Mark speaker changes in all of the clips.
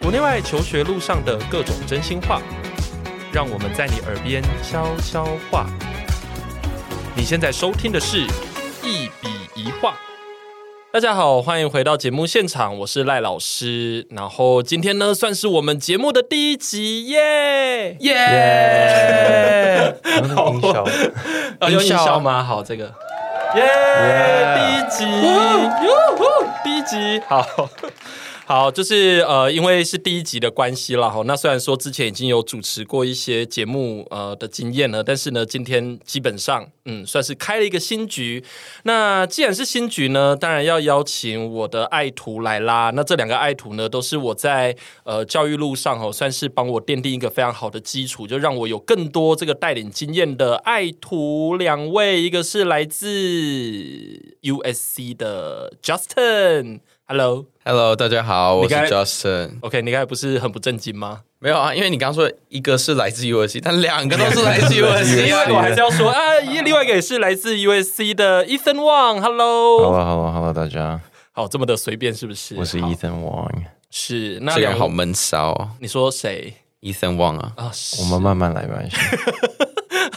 Speaker 1: 国内外求学路上的各种真心话，让我们在你耳边悄悄话。你现在收听的是《一笔一画》。大家好，欢迎回到节目现场，我是赖老师。然后今天呢，算是我们节目的第一集，耶耶！
Speaker 2: 耶！
Speaker 3: 好音效，
Speaker 1: 啊
Speaker 2: 有
Speaker 1: 有
Speaker 2: 音
Speaker 1: 音
Speaker 2: 效
Speaker 1: 效吗？
Speaker 2: 吗？好，这个
Speaker 1: 耶！第
Speaker 3: Yeah
Speaker 1: 一集，哟呼第一集，好。好，就是呃，因为是第一集的关系啦，哈。那虽然说之前已经有主持过一些节目呃的经验了，但是呢，今天基本上嗯，算是开了一个新局。那既然是新局呢，当然要邀请我的爱徒来啦。那这两个爱徒呢，都是我在呃教育路上哦，算是帮我奠定一个非常好的基础，就让我有更多这个带领经验的爱徒两位，一个是来自 USC 的 Justin，Hello。
Speaker 2: ，Hello，大家好，我
Speaker 1: 你
Speaker 2: 是
Speaker 1: 刚才
Speaker 2: Justin。
Speaker 1: OK，你刚才不是很不正经吗？
Speaker 2: 没有啊，因为你刚说一个是来自 USC，但 两个都是来自 USC
Speaker 1: 另外一
Speaker 2: 啊
Speaker 1: 个我还是要说啊，一另外一个也是来自 USC 的 Ethan Wang，Hello，
Speaker 3: 了好了好了，大家，
Speaker 1: 好这么的随便是不是？
Speaker 3: 我是
Speaker 1: 好
Speaker 3: Ethan Wang，
Speaker 1: 是那
Speaker 2: 这个人
Speaker 1: 两
Speaker 2: 好闷骚哦
Speaker 1: 你说谁
Speaker 2: ，Ethan Wang 啊，
Speaker 1: 啊？
Speaker 3: 我们慢慢来吧。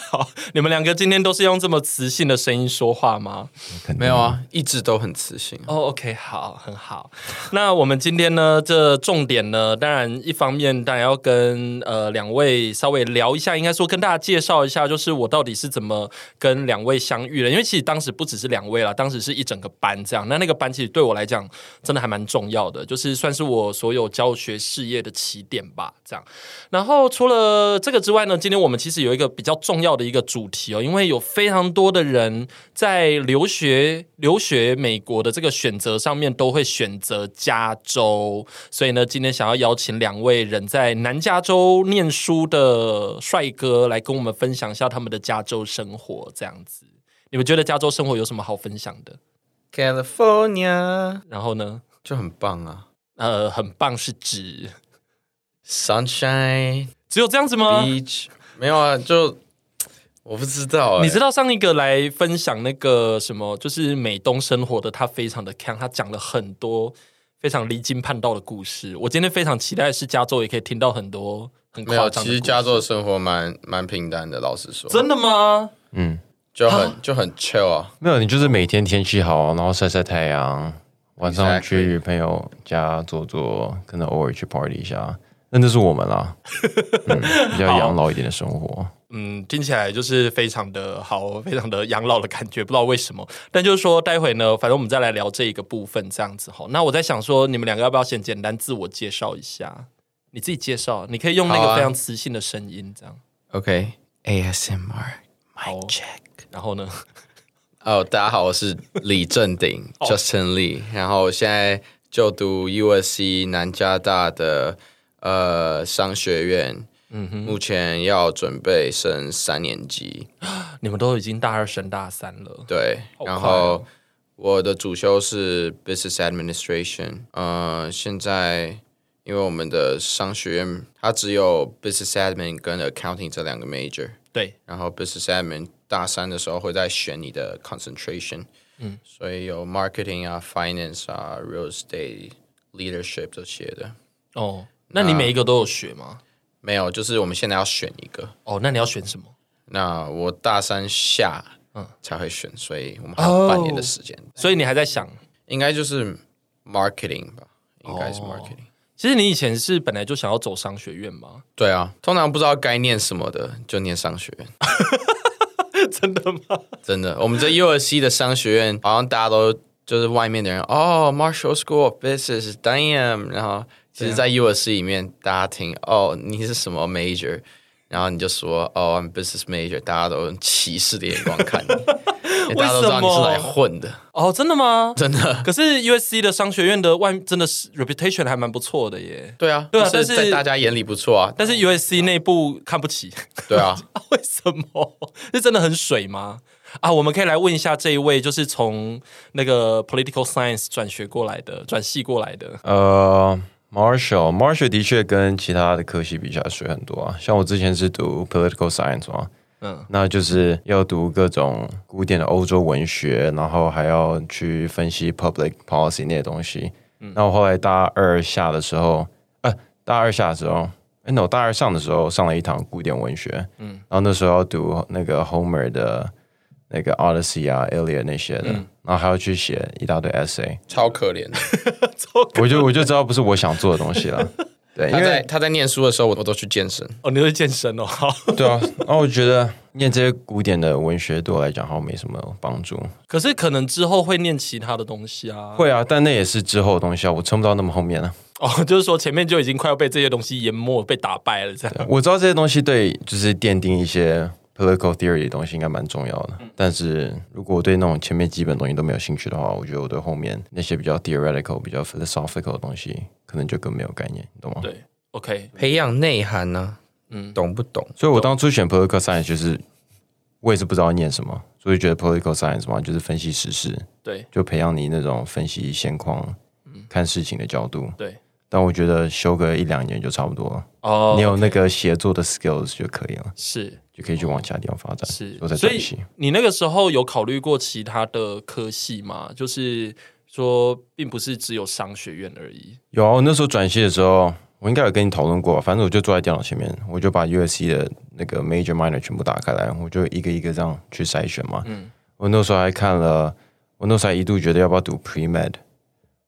Speaker 1: 好，你们两个今天都是用这么磁性的声音说话吗？
Speaker 2: 没有啊，一直都很磁性。啊
Speaker 1: 哦、o k 好，很好。那我们今天呢，这重点呢，当然一方面当然要跟呃两位稍微聊一下，应该说跟大家介绍一下，就是我到底是怎么跟两位相遇的。因为其实当时不只是两位啦，当时是一整个班这样。那那个班其实对我来讲真的还蛮重要的，就是算是我所有教学事业的起点吧，这样。然后除了这个之外呢，今天我们其实有一个比较重要的一个主题哦，因为有非常多的人在留学留学美国的这个选择上面都会选择加州，所以呢，今天想要邀请两位人在南加州念书的帅哥来跟我们分享一下他们的加州生活，这样子。你们觉得加州生活有什么好分享的？
Speaker 2: California
Speaker 1: 然后呢，
Speaker 2: 就很棒啊
Speaker 1: 呃，很棒是指
Speaker 2: ，Sunshine
Speaker 1: 只有这样子吗？
Speaker 2: Beach 没有啊，就我不知道欸，
Speaker 1: 你知道上一个来分享那个什么，就是美东生活的，他非常的强，他讲了很多非常离经叛道的故事。我今天非常期待是加州也可以听到很多很
Speaker 2: 没有？
Speaker 1: 夸张的
Speaker 2: 其
Speaker 1: 故事。
Speaker 2: 实加州的生活蛮蛮平淡的，老实说，
Speaker 1: 真的吗？
Speaker 3: 嗯，
Speaker 2: 就很就很 chill 啊。
Speaker 3: 没有，你就是每天天气好，然后晒晒太阳，晚上
Speaker 2: Exactly
Speaker 3: 去朋友家坐坐，可能偶尔去 party 一下。那那是我们啦，嗯，比较养老一点的生活。
Speaker 1: 嗯，听起来就是非常的好，非常的养老的感觉，不知道为什么。但就是说，待会呢，反正我们再来聊这一个部分，这样子哈。那我在想说，你们两个要不要先简单自我介绍一下？你自己介绍，你可以用那
Speaker 2: 好
Speaker 1: 个
Speaker 2: 啊
Speaker 1: 非常磁性的声音，这样。
Speaker 2: OK，ASMR。
Speaker 1: 好、check。然后呢？
Speaker 2: 哦，大家好，我是李正鼎
Speaker 1: 哦
Speaker 2: Justin Lee，然后我现在就读 USC 南加大的呃商学院，嗯哼，目前要准备升三年级，
Speaker 1: 你们都已经大二升大三了，
Speaker 2: 对，
Speaker 1: 好快哦
Speaker 2: 然后我的主修是 Business Administration，呃，现在因为我们的商学院它只有 Business Admin 跟 Accounting 这两个 major，
Speaker 1: 对，
Speaker 2: 然后 business admin 大三的时候会再选你的 concentration，嗯，所以有 marketing 啊、finance 啊、real estate、leadership 这些的，
Speaker 1: 哦，那你每一个都有学吗？
Speaker 2: 没有，就是我们现在要选一个。
Speaker 1: 哦，那你要选什么？
Speaker 2: 那我大三下才会选，所以我们还有半年的时间，
Speaker 1: 所以你还在想，
Speaker 2: 应该就是 marketing 吧，应该是 marketing。
Speaker 1: 其实你以前是本来就想要走商学院吗？
Speaker 2: 对啊，通常不知道该念什么的就念商学院，
Speaker 1: 真的吗？
Speaker 2: 真的。我们这 USC 的商学院好像大家都就是外面的人哦，Marshall School of Business Damn，然后其实，在
Speaker 1: 啊
Speaker 2: USC 里面，大家听哦你是什么 major，然后你就说哦 I'm business major，大家都用歧视的眼光看 你，因为大家都知道你是来混的，
Speaker 1: 哦，真的吗？
Speaker 2: 真的。
Speaker 1: 可是 USC 的商学院的外真的是 reputation 还蛮不错的耶，
Speaker 2: 对啊，
Speaker 1: 对啊
Speaker 2: 就
Speaker 1: 但是
Speaker 2: 在大家眼里不错啊，
Speaker 1: 但是 USC 内部看不 起，
Speaker 2: 对啊，
Speaker 1: 为什么？是真的很水吗？啊，我们可以来问一下这一位，就是从那个 political science 转学过来的，转系过来的。
Speaker 3: 呃，Marshall，Marshall 的确跟其他的科系比起来水很多啊。像我之前是读 political science 嘛，
Speaker 1: 嗯
Speaker 3: 嗯，那就是要读各种古典的欧洲文学，然后还要去嗯分析 public policy 那些东西。那我后来大二下的时候，呃，大二下的时候，哎、n o 大二上的时候上了一堂古典文学，嗯，然后那时候要读那个 Homer 的那个 Odyssey 啊、Iliad 那些的，然后还要去写一大堆 essay，
Speaker 2: 超可怜的。
Speaker 3: 我就我就知道不是我想做的东西了。对，因
Speaker 2: 他
Speaker 3: 为
Speaker 2: 在他在念书的时候，我我都去健身。
Speaker 1: 哦，你会健身哦，好。
Speaker 3: 对啊，然后我觉得念这些古典的文学对我来讲好像没什么帮助。
Speaker 1: 可是可能之后会念其他的东西啊。
Speaker 3: 会啊，但那也是之后的东西啊，我撑不到那么后面了、
Speaker 1: 哦，就是说前面就已经快要被这些东西淹没、被打败了，这样。
Speaker 3: 我知道这些东西对，就是奠定一些 political theory 的东西应该蛮重要的。但是如果我对那种前面基本东西都没有兴趣的话，我觉得我对后面那些比较 theoretical、比较 philosophical 的东西，可能就更没有概念，你懂吗？
Speaker 1: 对，OK，
Speaker 2: 培养内涵呢、嗯，懂不懂？
Speaker 3: 所以我当初选 political science 就是，我也是不知道念什么，所以觉得 political science 嘛，就是分析时事，
Speaker 1: 对
Speaker 3: 就培养你那种分析现况、看事情的角度。
Speaker 1: 嗯对。
Speaker 3: 但我觉得修个一两年就差不多了，
Speaker 1: 哦，
Speaker 3: 你有那个协作的 skills 就可以了。
Speaker 1: 是
Speaker 3: 就可以去往其他地方发展。
Speaker 1: 是
Speaker 3: 我呃在，
Speaker 1: 所
Speaker 3: 转
Speaker 1: 以
Speaker 3: 系，
Speaker 1: 你那个时候有考虑过其他的科系吗？就是说，并不是只有商学院而已。
Speaker 3: 有啊，我那时候转系的时候，我应该有跟你讨论过吧，反正我就坐在电脑前面，我就把 USC 的那个 major minor 全部打开来，我就一个一个这样去筛选嘛。嗯，我那时候还看了，我那时候还一度觉得要不要读 pre med，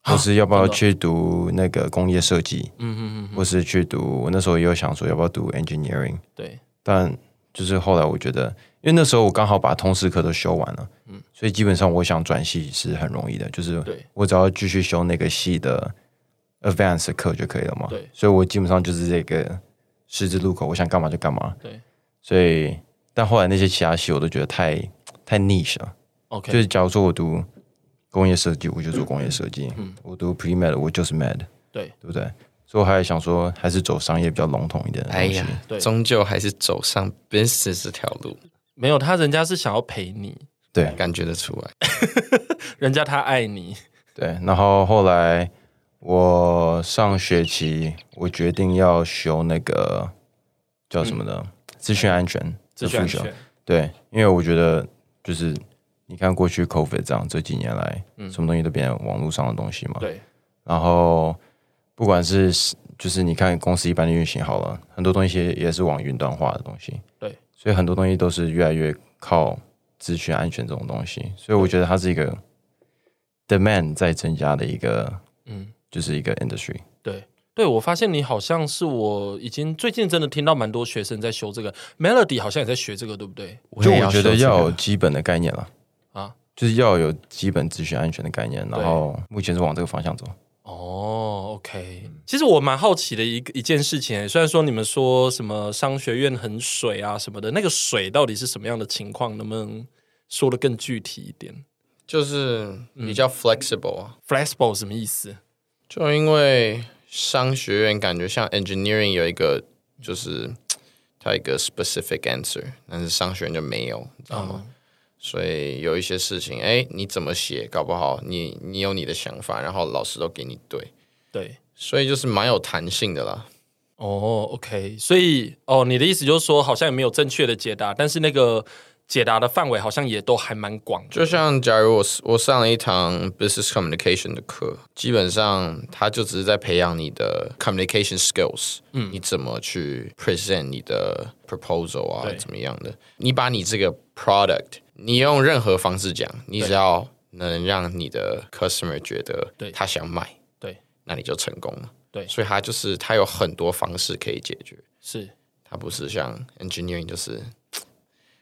Speaker 3: 或
Speaker 1: 啊
Speaker 3: 是要不要去读那个工业设计，
Speaker 1: 哦嗯嗯嗯，
Speaker 3: 或是去读，我那时候也有想说要不要读 engineering，
Speaker 1: 对，
Speaker 3: 但就是后来我觉得，因为那时候我刚好把通识课都修完了，嗯，所以基本上我想转系是很容易的，就是
Speaker 1: 对
Speaker 3: 我只要继续修那个系的 advanced 的课就可以了嘛。
Speaker 1: 对
Speaker 3: 所以我基本上就是这个十字路口，我想干嘛就干嘛。
Speaker 1: 对，
Speaker 3: 所以但后来那些其他系我都觉得太太 niche 了，就
Speaker 1: OK，
Speaker 3: 是假如说我读工业设计，我就做工业设计；我读 pre med，我就是 med，
Speaker 1: 嗯对
Speaker 3: 对不对？所以我还想说，还是走商业比较笼统一点的
Speaker 2: 哎
Speaker 3: 东西。
Speaker 2: 呀
Speaker 1: 对，
Speaker 2: 终究还是走上 business 这条路，
Speaker 1: 没有他，人家是想要陪你，
Speaker 3: 对，
Speaker 2: 感觉得出来。
Speaker 1: 人家他爱你。
Speaker 3: 对，然后后来我上学期我决定要修那个叫什么呢？资讯安全
Speaker 1: 嗯资
Speaker 3: 的
Speaker 1: 讯
Speaker 3: 复
Speaker 1: 安
Speaker 3: 修。
Speaker 1: 全
Speaker 3: 对，因为我觉得就是你看过去 COVID 这样这几年来，
Speaker 1: 嗯
Speaker 3: 什么东西都变成网络上的东西嘛。
Speaker 1: 对
Speaker 3: 然后不管是就是你看公司一般的运行好了，很多东西也也是往云端化的东西。
Speaker 1: 对，
Speaker 3: 所以很多东西都是越来越靠资讯安全这种东西，所以我觉得它是一个 demand 在增加的一个，
Speaker 1: 嗯
Speaker 3: 嗯，就是一个 industry。
Speaker 1: 对对，我发现你好像是我已经最近真的听到蛮多学生在修这个，Melody 好像也在学这个，对不对？
Speaker 3: 就
Speaker 2: 也
Speaker 3: 我觉
Speaker 2: 修
Speaker 3: 得
Speaker 2: 这个
Speaker 3: 要有基本的概念了
Speaker 1: 啊
Speaker 3: 啊，就是要有基本资讯安全的概念，然后目前是往这个方向走。
Speaker 1: 哦，OK，其实我蛮好奇的一个一件事情欸，虽然说你们说什么商学院很水啊什么的，那个水到底是什么样的情况？能不能说的更具体一点
Speaker 2: 就是比较 flexible 啊，
Speaker 1: ？Flexible 什么意思？
Speaker 2: 就因为商学院感觉像 engineering 有一个就是它有一个 specific answer，但是商学院就没有，你知道吗？所以有一些事情，哎，你怎么写，搞不好你你有你的想法，然后老师都给你对，
Speaker 1: 对，
Speaker 2: 所以就是蛮有弹性的啦。
Speaker 1: 哦，OK，所以哦，你的意思就是说，好像也没有正确的解答，但是那个解答的范围好像也都还蛮广的。
Speaker 2: 就像假如我我上了一堂 business communication 的课，基本上它就只是在培养你的 communication skills，嗯，你怎么去 present 你的 proposal 啊
Speaker 1: 对，
Speaker 2: 怎么样的？你把你这个 product，你用任何方式讲，你只要能让你的 customer 觉得
Speaker 1: 对
Speaker 2: 他想买，
Speaker 1: 对，
Speaker 2: 那你就成功了。
Speaker 1: 对
Speaker 2: 所以它就是它有很多方式可以解决，
Speaker 1: 是
Speaker 2: 它不是像 engineering 就是。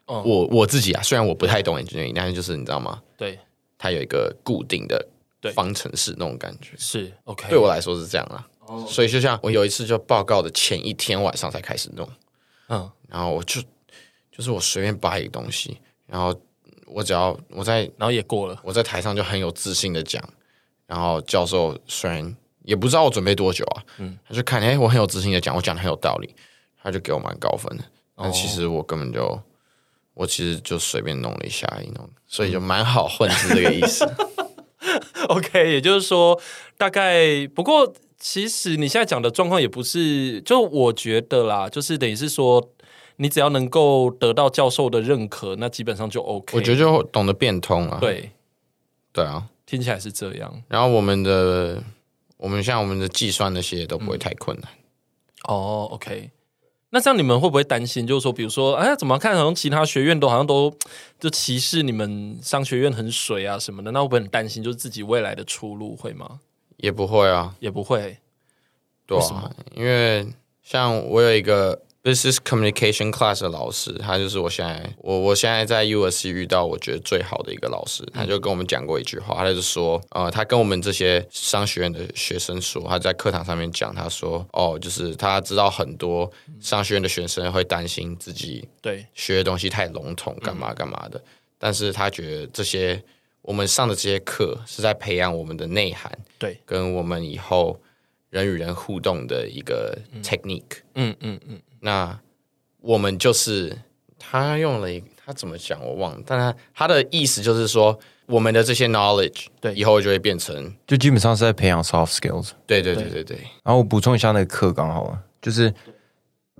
Speaker 1: 哦
Speaker 2: 我我自己啊，虽然我不太懂 engineering，但是就是你知道吗？
Speaker 1: 对，
Speaker 2: 它有一个固定的
Speaker 1: 对哎
Speaker 2: 方程式那种感觉。
Speaker 1: 是 OK，
Speaker 2: 对我来说是这样啦。所以就像我有一次就报告的前一天晚上才开始弄，
Speaker 1: 嗯，
Speaker 2: 然后我就就是我随便扒一个东西，然后我只要我在
Speaker 1: 然后也过了，
Speaker 2: 我在台上就很有自信的讲，然后教授虽然也不知道我准备多久啊，他就看哎、诶我很有自信的讲，我讲的很有道理，他就给我蛮高分的。但其实我根本就、我其实就随便弄了一下而已，弄所以就蛮好混是这个意思。
Speaker 1: OK，也就是说，大概不过，其实你现在讲的状况也不是，就我觉得啦，就是等于是说，你只要能够得到教授的认可，那基本上就 OK。
Speaker 2: 我觉得就懂得变通了、啊。
Speaker 1: 对，
Speaker 2: 对啊，
Speaker 1: 听起来是这样。嗯
Speaker 2: 然后我们的我们像我们的计算那些都不会太困难。
Speaker 1: 哦，OK。那这样你们会不会担心？就是说，比如说，哎，怎么看好像其他学院都好像都就歧视你们商学院很水啊什么的？那会不会很担心，就是自己未来的出路会吗？
Speaker 2: 也不会啊，
Speaker 1: 也不会。
Speaker 2: 对
Speaker 1: 为什么
Speaker 2: 啊，因为像我有一个 business communication class 的老师，他就是我现在我我现在在 USC 遇到我觉得最好的一个老师，
Speaker 1: 嗯
Speaker 2: 他就跟我们讲过一句话，他就说，呃，他跟我们这些商学院的学生说，他在课堂上面讲，他说，哦，就是他知道很多商学院的学生会担心自己
Speaker 1: 对，
Speaker 2: 学的东西太笼统，干
Speaker 1: 嗯
Speaker 2: 嘛干嘛的。但是他觉得这些我们上的这些课是在培养我们的内涵，
Speaker 1: 对，
Speaker 2: 跟我们以后人与人互动的一个 technique。
Speaker 1: 嗯嗯嗯，
Speaker 2: 那我们就是他用了一他怎么讲我忘了，但他他的意思就是说，我们的这些 knowledge，
Speaker 1: 对
Speaker 2: 以后就会变成，
Speaker 3: 就基本上是在培养 soft skills。
Speaker 2: 对对对对对，
Speaker 3: 然后我补充一下那个课纲好了，就是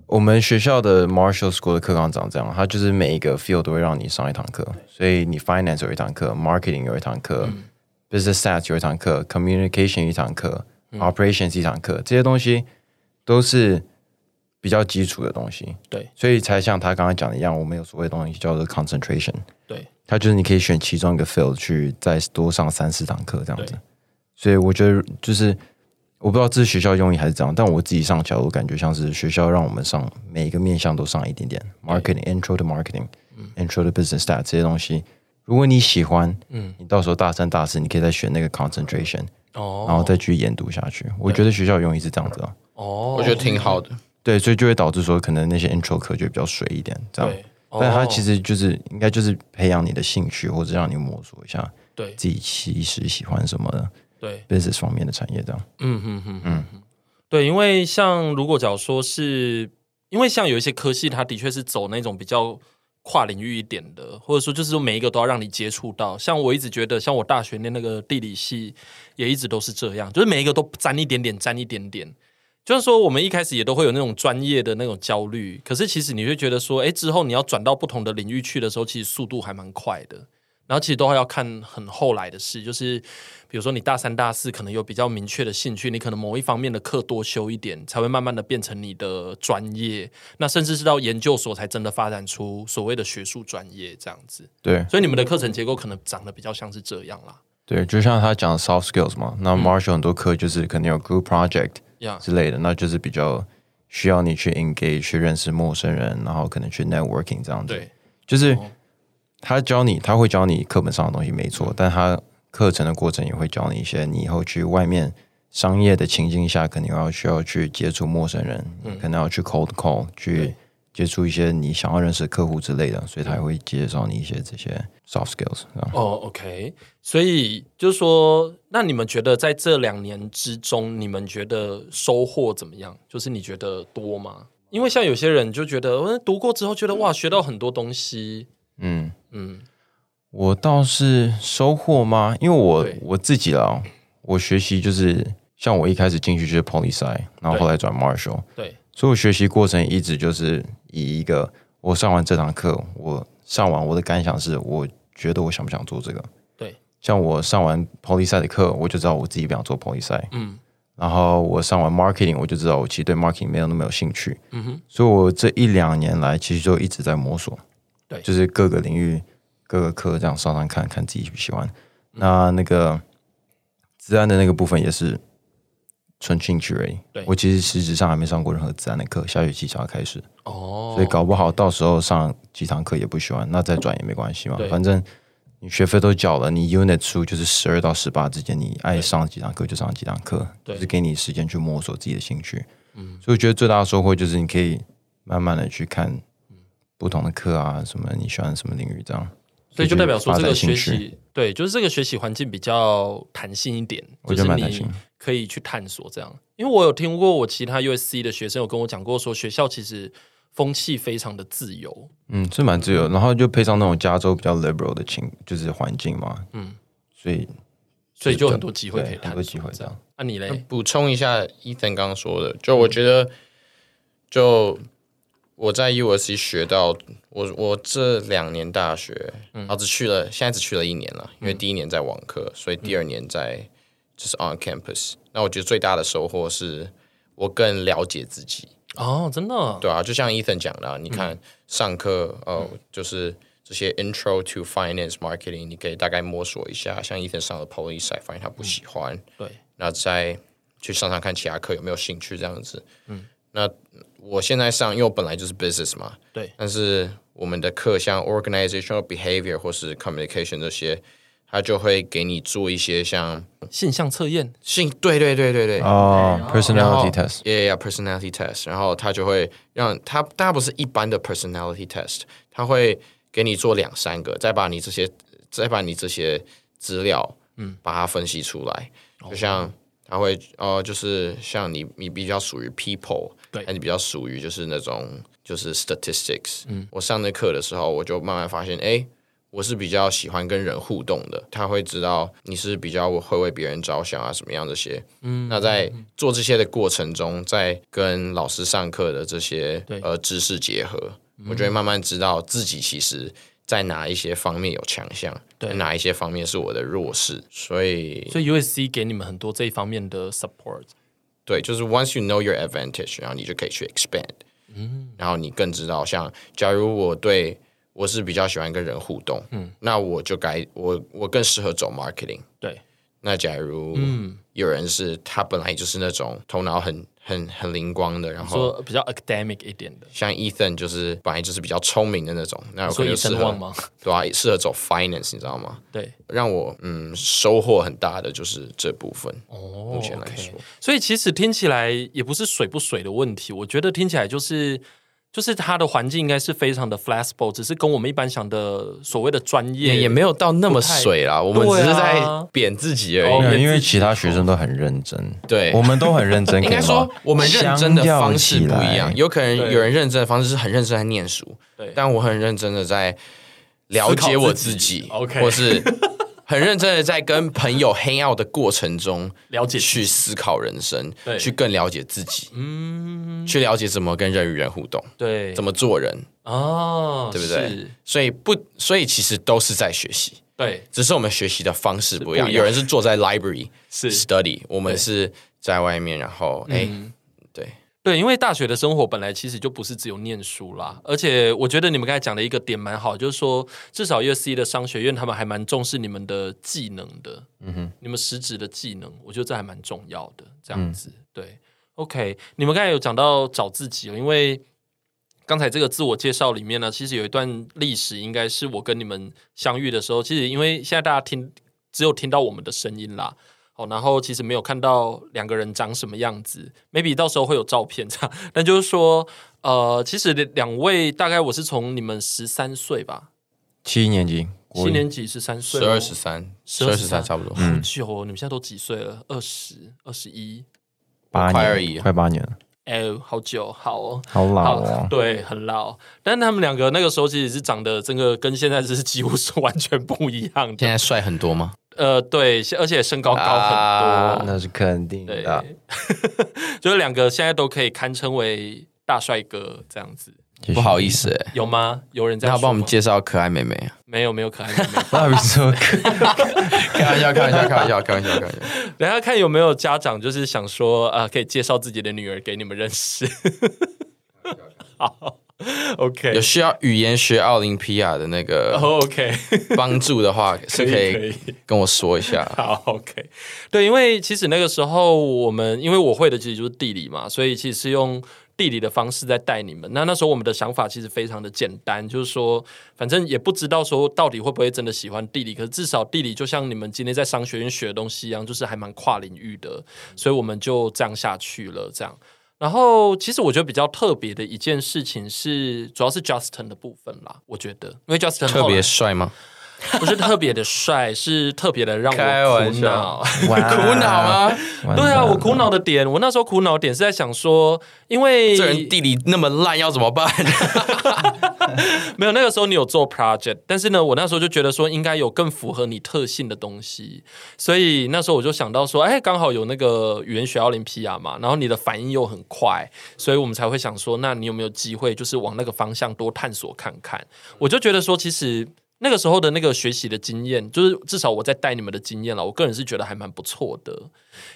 Speaker 3: 我们学校的 Marshall School 的课纲长这样，它就是每一个 field 都会让你上一堂课，所以你 finance 有一堂课，marketing 有一堂课、b
Speaker 1: 嗯
Speaker 3: u s i n e s s stats 有一堂课，communication 一堂课、o
Speaker 1: 嗯
Speaker 3: p e r a t i o n s 一堂课，这些东西都是比较基础的东西。
Speaker 1: 对，
Speaker 3: 所以才像他刚刚讲的一样，我们有所谓的东西叫做 concentration。
Speaker 1: 对，
Speaker 3: 它就是你可以选其中一个 field 去再多上三四堂课这样子。所以我觉得就是我不知道这是学校用意还是怎样，但我自己上起来，我感觉像是学校让我们上每一个面向都上一点点 marketing intro to marketing、
Speaker 1: 嗯
Speaker 3: intro to business stat 这些东西。如果你喜欢，嗯，你到时候大三、大四，你可以再选那个 concentration，、然
Speaker 1: 哦
Speaker 3: 后再去研读下去。我觉得学校的用意是这样子啊，
Speaker 1: 哦，
Speaker 2: 我觉得挺好的。
Speaker 3: 对，所以就会导致说，可能那些 intro 课就会比较水一点，这样。
Speaker 1: 对，哦
Speaker 3: 但它其
Speaker 1: 实
Speaker 3: 实就是应该就是培养你的兴趣，或者让你摸索一下
Speaker 1: 对
Speaker 3: 自己其实喜欢什么的
Speaker 1: 对，
Speaker 3: business 方面的产业，这样。
Speaker 1: 嗯嗯嗯嗯，嗯对，因为像如果假如说是，因为像有一些科系，它的确是走那种比较跨领域一点的，或者说就是说每一个都要让你接触到。像我一直觉得，像我大学念那个地理系，也一直都是这样，就是每一个都沾一点点，沾一点点。就是说，我们一开始也都会有那种专业的那种焦虑，可是其实你会觉得说，哎，之后你要转到不同的领域去的时候，其实速度还蛮快的。然后其实都要看很后来的事，就是比如说你大三、大四可能有比较明确的兴趣，你可能某一方面的课多修一点，才会慢慢的变成你的专业。那甚至是到研究所才真的发展出所谓的学术专业这样子。
Speaker 3: 对
Speaker 1: 所以你们的课程结构可能长得比较像是这样啦。
Speaker 3: 对，就像他讲的 soft skills 嘛，那
Speaker 1: 嗯
Speaker 3: Marshall 很多课就是可能有 group project
Speaker 1: 呀、
Speaker 3: 之类的，那就是比较需要你去 engage 去认识陌生人，然后可能去 networking 这样子。
Speaker 1: 对，
Speaker 3: 就是
Speaker 1: 哦
Speaker 3: 他教你，他会教你课本上的东西没
Speaker 1: 嗯
Speaker 3: 错，但他课程的过程也会教你一些你以后去外面商业的情境下，肯定要需要去接触陌生人，可能要去 cold call 去
Speaker 1: 嗯对嗯
Speaker 3: 接触一些你想要认识的客户之类的，所以他会介绍你一些这些 soft skills 这样。
Speaker 1: 哦，OK，所以就是说，那你们觉得在这两年之中，你们觉得收获怎么样？就是你觉得多吗？因为像有些人就觉得，嗯，读过之后觉得哇，学到很多东西，
Speaker 3: 嗯，
Speaker 1: 嗯，
Speaker 3: 我倒是收获吗？因为我
Speaker 1: 对
Speaker 3: 我自己啦，我学习就是像我一开始进去就是 poli sci，然后后来转 Marshall，
Speaker 1: 对，
Speaker 3: 所以我学习过程一直就是以一个我上完这堂课，我上完我的感想是，我觉得我想不想做这个。
Speaker 1: 对，
Speaker 3: 像我上完 poli sci 的课，我就知道我自己不想做 poli sci。
Speaker 1: 嗯，
Speaker 3: 然后我上完 marketing，我就知道我其实对 marketing 没有那么有兴趣。
Speaker 1: 嗯哼，
Speaker 3: 所以我这一两年来，其实就一直在摸索，
Speaker 1: 对
Speaker 3: 就是各个领域、各个课这样上上看看自己喜不喜欢。那那个自然的那个部分也是纯兴趣而已。
Speaker 1: 对
Speaker 3: 我其实实质上还没上过任何自然的课，下学期才要开始，
Speaker 1: 哦，
Speaker 3: 所以搞不好到时候上几堂课也不喜欢，那再转也没关系嘛
Speaker 1: 对，
Speaker 3: 反正。你学费都缴了，你 unit 数就是十二到十八之间，你爱上几堂课就上几堂课，
Speaker 1: 对嗯
Speaker 3: 就是给你时间去摸索自己的兴趣。所以我觉得最大的收获就是你可以慢慢的去看不同的课啊，什么你喜欢什么领域这样。
Speaker 1: 所以就代表说
Speaker 3: 发
Speaker 1: 这
Speaker 3: 展
Speaker 1: 个学
Speaker 3: 兴趣，
Speaker 1: 习，对，就是这个学习环境比较弹性一点，
Speaker 3: 我
Speaker 1: 就
Speaker 3: 觉得
Speaker 1: 是
Speaker 3: 蛮弹性
Speaker 1: 你可以去探索这样。因为我有听过我其他 USC 的学生有跟我讲过说，学校其实风气非常的自由，
Speaker 3: 嗯，是蛮自由的。然后就配上那种加州比较 liberal 的情，就是环境嘛，
Speaker 1: 嗯
Speaker 3: 嗯，所以
Speaker 1: 所以就很多机会可以
Speaker 3: 对
Speaker 1: 探索
Speaker 3: 很多机会这样。。
Speaker 1: 那、啊你嘞？
Speaker 2: 补充一下伊森刚刚说的，就我觉得，就我在 USC 学到，我我这两年大学，
Speaker 1: 嗯
Speaker 2: 然后只去了，现在只去了一年了，因为第一年在网课，所以第二年在就是 on campus。那我觉得最大的收获是，我更了解自己。
Speaker 1: 哦，真的，
Speaker 2: 对啊，就像 Ethan 讲的啊，你
Speaker 1: 嗯
Speaker 2: 看上课呃，就是这些 Intro to Finance Marketing，你可以大概摸索一下。像 Ethan 上了 Policy，side，发现他不喜欢，
Speaker 1: 嗯对，
Speaker 2: 那再去上上看其他课有没有兴趣这样子。嗯，那我现在上，因为我本来就是 Business 嘛，
Speaker 1: 对，
Speaker 2: 但是我们的课像 Organizational Behavior 或是 Communication 这些，它就会给你做一些像
Speaker 1: 性向测验，
Speaker 2: 性，对对对对对，
Speaker 3: 哦，personality
Speaker 2: 然
Speaker 3: test，
Speaker 2: 后 Yeah, yeah, personality test。然后他就会让他，它不是一般的 personality test，他会给你做两三个，再把你这些，再把你这些资料，嗯，把它分析出来。就像他会，哦，就是像你，你比较属于 people，
Speaker 1: 对
Speaker 2: 那你比较属于就是那种就是 statistics。嗯，我上那课的时候，我就慢慢发现，哎。我是比较喜欢跟人互动的，他会知道你是比较会为别人着想啊，什么样这些。嗯，那在做这些的过程中，在跟老师上课的这些
Speaker 1: 对嗯
Speaker 2: 呃知识结合，我就会慢慢知道自己其实在哪一些方面有强项，
Speaker 1: 对
Speaker 2: 哪一些方面是我的弱势。所以，
Speaker 1: 所以 USC 给你们很多这一方面的 support。
Speaker 2: 对，就是 once you know your advantage，然后你就可以去 expand，嗯，然后你更知道，像假如我对我是比较喜欢跟人互动，嗯，那我就该我我更适合走 marketing。
Speaker 1: 对，
Speaker 2: 那假如
Speaker 1: 嗯
Speaker 2: 有人是他本来就是那种头脑很很很灵光的，然后
Speaker 1: 说比较 academic 一点的，
Speaker 2: 像 Ethan 就是本来就是比较聪明的那种，那我可
Speaker 1: 所
Speaker 2: 能
Speaker 1: 以
Speaker 2: 就适
Speaker 1: 声
Speaker 2: 合
Speaker 1: 望 吗？
Speaker 2: 对啊，适合走 finance，你知道吗？
Speaker 1: 对，
Speaker 2: 让我嗯收获很大的就是这部分。
Speaker 1: 哦
Speaker 2: 目前来说
Speaker 1: o k 所以其实听起来也不是水不水的问题，我觉得听起来就是就是它的环境应该是非常的 flexible，只是跟我们一般想的所谓的专业
Speaker 2: 也也没有到那么
Speaker 1: 不太
Speaker 2: 水啦，我们
Speaker 1: 对啊
Speaker 2: 只是在贬自己而
Speaker 1: 哦
Speaker 2: 已。
Speaker 3: 没有
Speaker 1: 也
Speaker 3: 因为
Speaker 1: 自己
Speaker 3: 其他学生都很认真，
Speaker 2: 对
Speaker 3: 我们都很认 真，
Speaker 2: 应该
Speaker 3: 可以
Speaker 2: 说
Speaker 3: 吗，
Speaker 2: 我们认真的方式不一
Speaker 3: 哦相较起来
Speaker 2: 样，有可能
Speaker 1: 对
Speaker 2: 有人认真的方式是很认真在念书，
Speaker 1: 对
Speaker 2: 但我很认真的在了解我自
Speaker 1: 思
Speaker 2: 己
Speaker 1: 考自己，OK
Speaker 2: 或是很认真的在跟朋友 hang out 的过程中
Speaker 1: 了解自己
Speaker 2: 去思考人生
Speaker 1: 对，
Speaker 2: 去更了解自己，嗯，去了解怎么跟人与人互动，
Speaker 1: 对
Speaker 2: 怎么做人，
Speaker 1: 哦，
Speaker 2: 对不对
Speaker 1: 是？
Speaker 2: 所以不，所以其实都是在学习。
Speaker 1: 对，
Speaker 2: 只是我们学习的方式不一
Speaker 1: 是不
Speaker 2: 样，
Speaker 1: 一样
Speaker 2: 有人是坐在 library
Speaker 1: 是
Speaker 2: study，我们是在外面，然后哎、对，
Speaker 1: 对，因为大学的生活本来其实就不是只有念书啦，而且我觉得你们刚才讲的一个点蛮好，就是说至少 USC 的商学院他们还蛮重视你们的技能的，嗯哼，嗯你们实质的技能，我觉得这还蛮重要的，这样子，对，OK，你们刚才有讲到找自己哦，因为刚才这个自我介绍里面呢，其实有一段历史，应该是我跟你们相遇的时候，其实因为现在大家听只有听到我们的声音啦，哦，然后其实没有看到两个人长什么样子，maybe 到时候会有照片这样。 但就是说，呃，其实两位大概我是从你们十三岁吧，
Speaker 3: 七年级，国
Speaker 1: 七
Speaker 3: 一
Speaker 1: 年级十三岁
Speaker 2: 十
Speaker 1: 咯，
Speaker 2: 二十嗯三，十
Speaker 1: 12
Speaker 2: 二十三差不多，
Speaker 1: 好久哦，你们现在都几岁了？二十二十一，
Speaker 3: 八
Speaker 2: 快而已
Speaker 3: 年，快八年了，
Speaker 1: 哎，好久，好哦。
Speaker 3: 好老
Speaker 1: 好，
Speaker 3: 哦。
Speaker 1: 对，很老，但他们两个那个时候其实是长得这个跟现在是 几乎是完全不一样的
Speaker 2: 现。在帅很多吗？
Speaker 1: 呃，对，而且身高高很多，
Speaker 2: 啊
Speaker 3: 那是肯定
Speaker 1: 对
Speaker 3: 的，
Speaker 1: 就是两个现在都可以堪称为大帅哥这样子，
Speaker 3: 继续
Speaker 2: 不好意，思、哎，
Speaker 1: 有吗？有人在
Speaker 2: 那要
Speaker 1: 说吗
Speaker 2: 帮我们？介绍可爱妹妹啊？
Speaker 1: 没有，没有可爱妹 妹。
Speaker 3: 那比说
Speaker 2: 开玩笑，开玩笑，开玩笑，开玩笑，开玩笑。
Speaker 1: 等一下看有没有家长就是想说，呃，可以介绍自己的女儿给你们认识。 好
Speaker 2: 有
Speaker 1: ，OK，
Speaker 2: 需要语言学奥林匹亚的那
Speaker 1: 然
Speaker 2: 个
Speaker 1: 后 OK，
Speaker 2: 帮助的话，是哦 可
Speaker 1: 可以
Speaker 2: 以啊跟我说一下。
Speaker 1: 好，OK，对，因为其实那个时候我们，因为我会的其实就是地理嘛，所以其实是用地理的方式在带你们。那那时候我们的想法其实非常的简单，就是说，反正也不知道说到底会不会真的喜欢地理，可是至少地理就像你们今天在商学院学的东西一样，就是还蛮跨领域的，所以我们就这样下去了，这样。然后，其实我觉得比较特别的一件事情是，主要是 Justin 的部分啦。我觉得，因为 Justin
Speaker 2: 特
Speaker 1: 后来
Speaker 2: 别帅吗？
Speaker 1: 不是特别的帅，是特别的让
Speaker 2: 开
Speaker 1: 我
Speaker 2: 玩
Speaker 1: 苦
Speaker 2: 笑
Speaker 1: 恼。
Speaker 2: 苦恼？ 吗？
Speaker 3: 哇
Speaker 1: 对啊，我苦恼的点，我那时候苦恼的点是在想说，因为
Speaker 2: 这人地理那么烂，要怎么办？
Speaker 1: 没有那个时候你有做 project，但是呢，我那时候就觉得说应该有更符合你特性的东西，所以那时候我就想到说，哎，刚好有那个语言学奥林匹亚啊嘛，然后你的反应又很快，所以我们才会想说，那你有没有机会就是往那个方向多探索看看？我就觉得说，其实。那个时候的那个学习的经验，就是至少我在带你们的经验了，我个人是觉得还蛮不错的。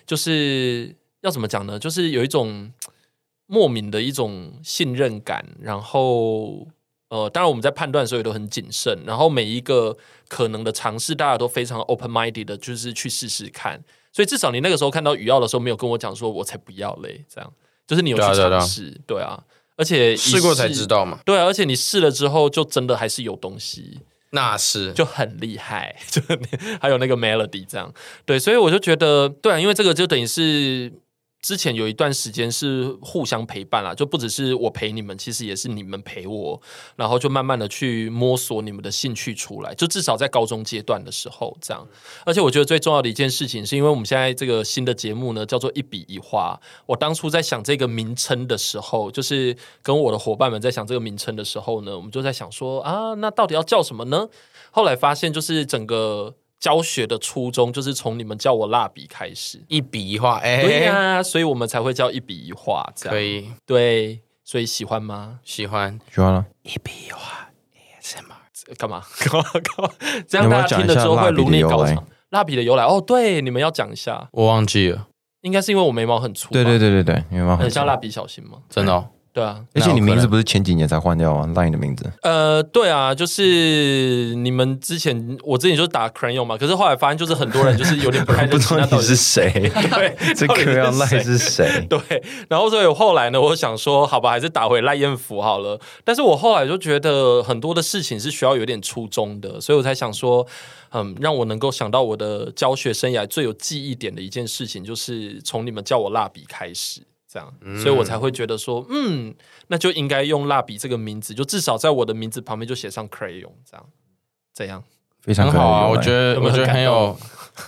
Speaker 1: 就是要怎么讲呢？就是有一种莫名的一种信任感，然后。呃，当然我们在判断的时候也都很谨慎，然后每一个可能的尝试，大家都非常 open minded 的，就是去试试看。所以至少你那个时候看到雨耀的时候，没有跟我讲说我才不要嘞，这样就是你有去
Speaker 2: 对啊对啊对啊
Speaker 1: 尝试，对啊，而且一
Speaker 2: 试过才知，道嘛，
Speaker 1: 对啊，而且你试了之后，就真的还是有东西，
Speaker 2: 那是
Speaker 1: 就很厉害， 就还有那个 melody 这样，对，所以我就觉得，对啊，因为这个就等于是之前有一段时间是互相陪伴啦，就不只是我陪你们，其实也是你们陪我，然后就慢慢的去摸索你们的兴趣出来，就至少在高中阶段的时候这样。而且我觉得最重要的一件事情，是因为我们现在这个新的节目呢，叫做一笔一画。我当初在想这个名称的时候，就是跟我的伙伴们在想这个名称的时候呢，我们就在想说啊，那到底要叫什么呢？后来发现，就是整个教学的初衷，就是从你们叫我蜡笔开始。
Speaker 2: 一笔一画，哎、
Speaker 1: 对呀、所以我们才会叫一笔一画这样。
Speaker 2: 可以
Speaker 1: 对，所以喜欢吗？
Speaker 2: 喜欢
Speaker 3: 喜欢了。
Speaker 2: 一笔一画 ASMR，
Speaker 1: 这干嘛？ 干嘛？干嘛？这样
Speaker 3: 你有没有
Speaker 1: 大家听
Speaker 3: 讲一
Speaker 1: 了
Speaker 3: 下
Speaker 1: 之后会如你高
Speaker 3: 蜡笔的由
Speaker 1: 潮
Speaker 3: 来。
Speaker 1: 蜡笔的由来哦，对，你们要讲一下，
Speaker 2: 我忘记了，
Speaker 1: 应该是因为我眉毛很粗，
Speaker 3: 对对，对对对，你蛮好
Speaker 1: 很。像蜡笔小新吗？
Speaker 2: 真的、哦，
Speaker 1: 对啊，
Speaker 3: 而且
Speaker 2: 那有
Speaker 3: 你
Speaker 2: 可
Speaker 3: 名字
Speaker 2: 能
Speaker 3: 不是前几年才换掉吗？Line 的 名字，
Speaker 1: 呃，对啊，就是你们之前我之前就是打 crayon 嘛，可是后来发现就是很多人就是有点不太
Speaker 3: 不
Speaker 1: 认
Speaker 3: 知
Speaker 1: 识
Speaker 3: 道
Speaker 1: 那到底
Speaker 3: 你 是 谁，
Speaker 1: 对，
Speaker 3: 这
Speaker 1: 到底
Speaker 3: Q 要
Speaker 1: 谁
Speaker 3: Line 是 谁？
Speaker 1: 对，然后所以后来呢，我想说，好吧，还是打回赖燕福好了。但是我后来就觉得很多的事情是需要有点初衷的，所以我才想说，嗯，让我能够想到我的教学生涯最有记忆点的一件事情，就是从你们叫我蜡笔开始。这样，所以我才会觉得说，嗯，那就应该用蜡笔这个名字，就至少在我的名字旁边就写上 crayon，这样，怎样？
Speaker 3: 非常
Speaker 2: 很
Speaker 3: 可爱
Speaker 2: 好啊，
Speaker 3: 的由
Speaker 2: 我
Speaker 3: 来
Speaker 2: 觉得
Speaker 1: 有没有
Speaker 2: 我觉得
Speaker 1: 很
Speaker 2: 很
Speaker 1: 感
Speaker 2: 有
Speaker 1: 动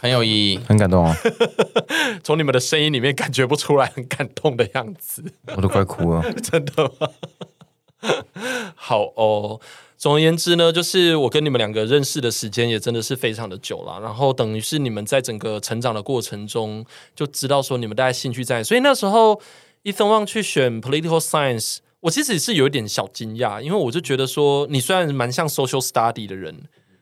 Speaker 2: 很有意义，
Speaker 3: 很感动啊，
Speaker 1: 从你们的声音里面感觉不出来很感动的样子。
Speaker 3: 我都快哭 了。
Speaker 1: 真的吗？好哦。总而言之呢，就是我跟你们两个认识的时间也真的是非常的久了，然后等于是你们在整个成长的过程中就知道说你们大家兴趣在，所以那时候伊森旺去选 political science，我其实也是有一点小惊讶，因为我就觉得说你虽然蛮像 social study 的人，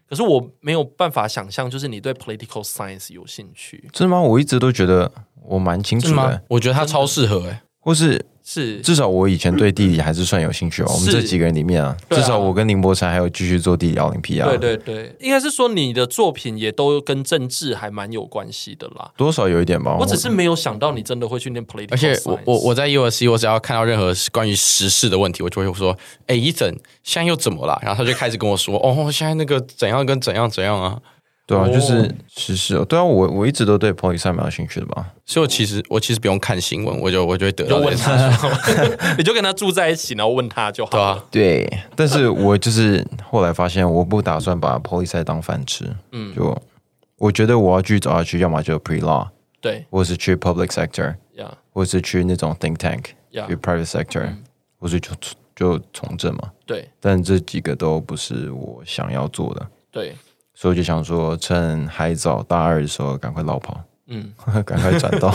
Speaker 1: 可是我没有办法想象就是你对 political science 有兴趣，
Speaker 3: 真的吗？我一直都觉得我蛮清
Speaker 2: 是
Speaker 3: 楚
Speaker 2: 吗
Speaker 3: 的，？
Speaker 2: 我觉得他超适合、哎，
Speaker 3: 或是
Speaker 1: 是
Speaker 3: 至少我以前对地理还是算有兴趣哦。我们
Speaker 1: 是
Speaker 3: 这几个人里面啊，
Speaker 1: 对啊
Speaker 3: 至少我跟林博才还有继续做地理奥林匹亚，
Speaker 1: 对对对，应该是说你的作品也都跟政治还蛮有关系的啦。
Speaker 3: 多少有一点吧。
Speaker 1: 我只是没有想到你真的会去念 political，
Speaker 2: 而且我
Speaker 1: science
Speaker 2: 我我在 USC，我只要看到任何关于时事的问题，我就会说，哎、伊森现在又怎么了？然后他就开始跟我说，哦，现在那个怎样跟怎样怎样啊。
Speaker 3: 对啊，
Speaker 1: 哦
Speaker 3: 就是时事哦。对啊，我我一直都对 p o l i t 蛮有兴趣的吧。
Speaker 2: 所以我其实我其实不用看新闻，我就我就会得
Speaker 1: 就
Speaker 2: 到
Speaker 1: 问
Speaker 2: 这些
Speaker 1: 他就好， 你就跟他住在一起，然后问他就好
Speaker 2: 对
Speaker 1: 了。
Speaker 2: 啊，
Speaker 3: 对，但是我就是后来发现，我不打算把 p o l i t 当饭吃。
Speaker 1: 嗯
Speaker 3: 嗯，就我觉得我要继续走下去，要么就 pre law，
Speaker 1: 对
Speaker 3: 或是去 public sector，
Speaker 1: 呀
Speaker 3: 或是去那种 think tank，
Speaker 1: 呀
Speaker 3: 去 private sector，、或
Speaker 1: 嗯
Speaker 3: 是就就从政嘛。
Speaker 1: 对
Speaker 3: 但这几个都不是我想要做的，
Speaker 1: 对，
Speaker 3: 所以我就想说，趁还早大二的时候赶快落跑，
Speaker 1: 嗯，
Speaker 3: 赶快转到。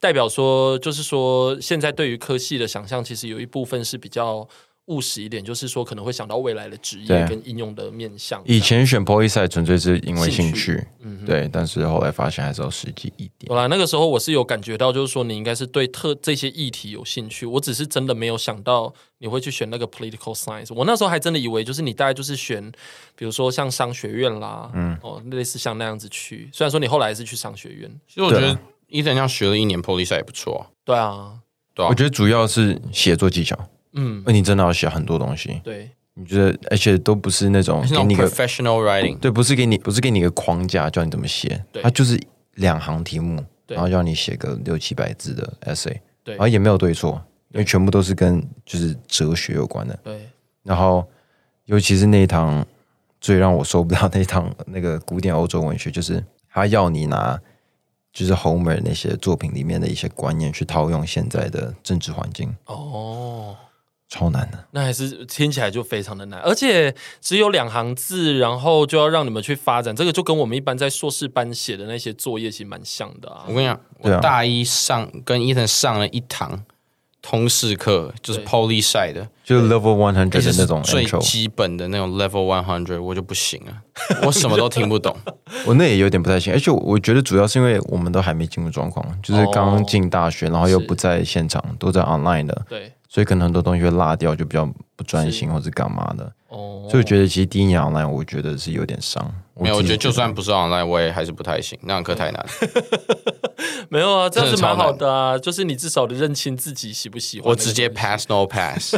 Speaker 1: 代表说就是说，现在对于科系的想象，其实有一部分是比较务实一点，就是说可能会想到未来的职
Speaker 3: 对
Speaker 1: 业跟应用的面向。
Speaker 3: 以前选 p o l i c 纯粹是因为兴
Speaker 1: 兴
Speaker 3: 趣，对，但是后来发现还是要实际一点。
Speaker 1: 有啦，那个时候我是有感觉到，就是说你应该是对特这些议题有兴趣。我只是真的没有想到你会去选那个 political science。我那时候还真的以为就是你大概就是选，比如说像商学院啦，嗯，哦，类似像那样子去。虽然说你后来还是去商学院，
Speaker 2: 其实我觉
Speaker 3: 对
Speaker 2: 得伊森这样学了一年 p o l i c 也不错啊、
Speaker 1: 对啊，
Speaker 2: 对啊
Speaker 3: 我觉得主要是写作技巧，
Speaker 1: 嗯，
Speaker 3: 那你真的要写很多东西，
Speaker 1: 对，
Speaker 3: 你觉得，而且都不是那种
Speaker 2: 是那
Speaker 3: 给
Speaker 2: 种
Speaker 3: 你个
Speaker 2: professional writing，
Speaker 3: 对，不是给你，不是给你一个框架叫你怎么写
Speaker 1: 对，
Speaker 3: 它就是两行题目，
Speaker 1: 对
Speaker 3: 然后让你写个六七百字的 essay，
Speaker 1: 对
Speaker 3: 然后也没有对错，因为全部都是跟就是哲学有关的。
Speaker 1: 对，
Speaker 3: 然后尤其是那一堂最让我受不了那一堂那个古典欧洲文学，就是他要你拿就是 Homer 那些作品里面的一些观念去套用现在的政治环境，
Speaker 1: 哦。
Speaker 3: 超难的。
Speaker 1: 那还是听起来就非常的难，而且只有两行字，然后就要让你们去发展，这个就跟我们一般在硕士班写的那些作业其实蛮像的啊
Speaker 2: 我。跟你讲，
Speaker 3: 对啊
Speaker 2: 我大一上跟伊森上了一堂通识课，就是
Speaker 1: 对
Speaker 2: Poly 晒的，
Speaker 3: 就是 Level One Hundred
Speaker 2: 而且
Speaker 3: 的
Speaker 2: 是
Speaker 3: 那种
Speaker 2: 最
Speaker 3: intro，
Speaker 2: 基本的那种 Level One Hundred，我就不行啊，我什么都听不懂。
Speaker 3: 我那也有点不太行。而且我我觉得主要是因为我们都还没进入状况，就是刚刚进大学，然后又
Speaker 1: 是
Speaker 3: 不在现场，都在 online 的，
Speaker 1: 对，
Speaker 3: 所以可能很多东西会落掉，就比较不专
Speaker 1: 是
Speaker 3: 心或者干嘛的。
Speaker 1: 哦，
Speaker 3: 所以我觉得其实第一年 online 我觉得是有点伤。
Speaker 2: 没有，我
Speaker 3: 自
Speaker 2: 觉
Speaker 3: 己
Speaker 2: 得就算不是 online，我也还是不太行，那堂课太难。
Speaker 1: 没有啊，这样
Speaker 2: 真
Speaker 1: 子
Speaker 2: 的超
Speaker 1: 蛮
Speaker 2: 难
Speaker 1: 好的啊，就是你至少的认清自己喜不喜欢。
Speaker 2: 我直接 pass no pass。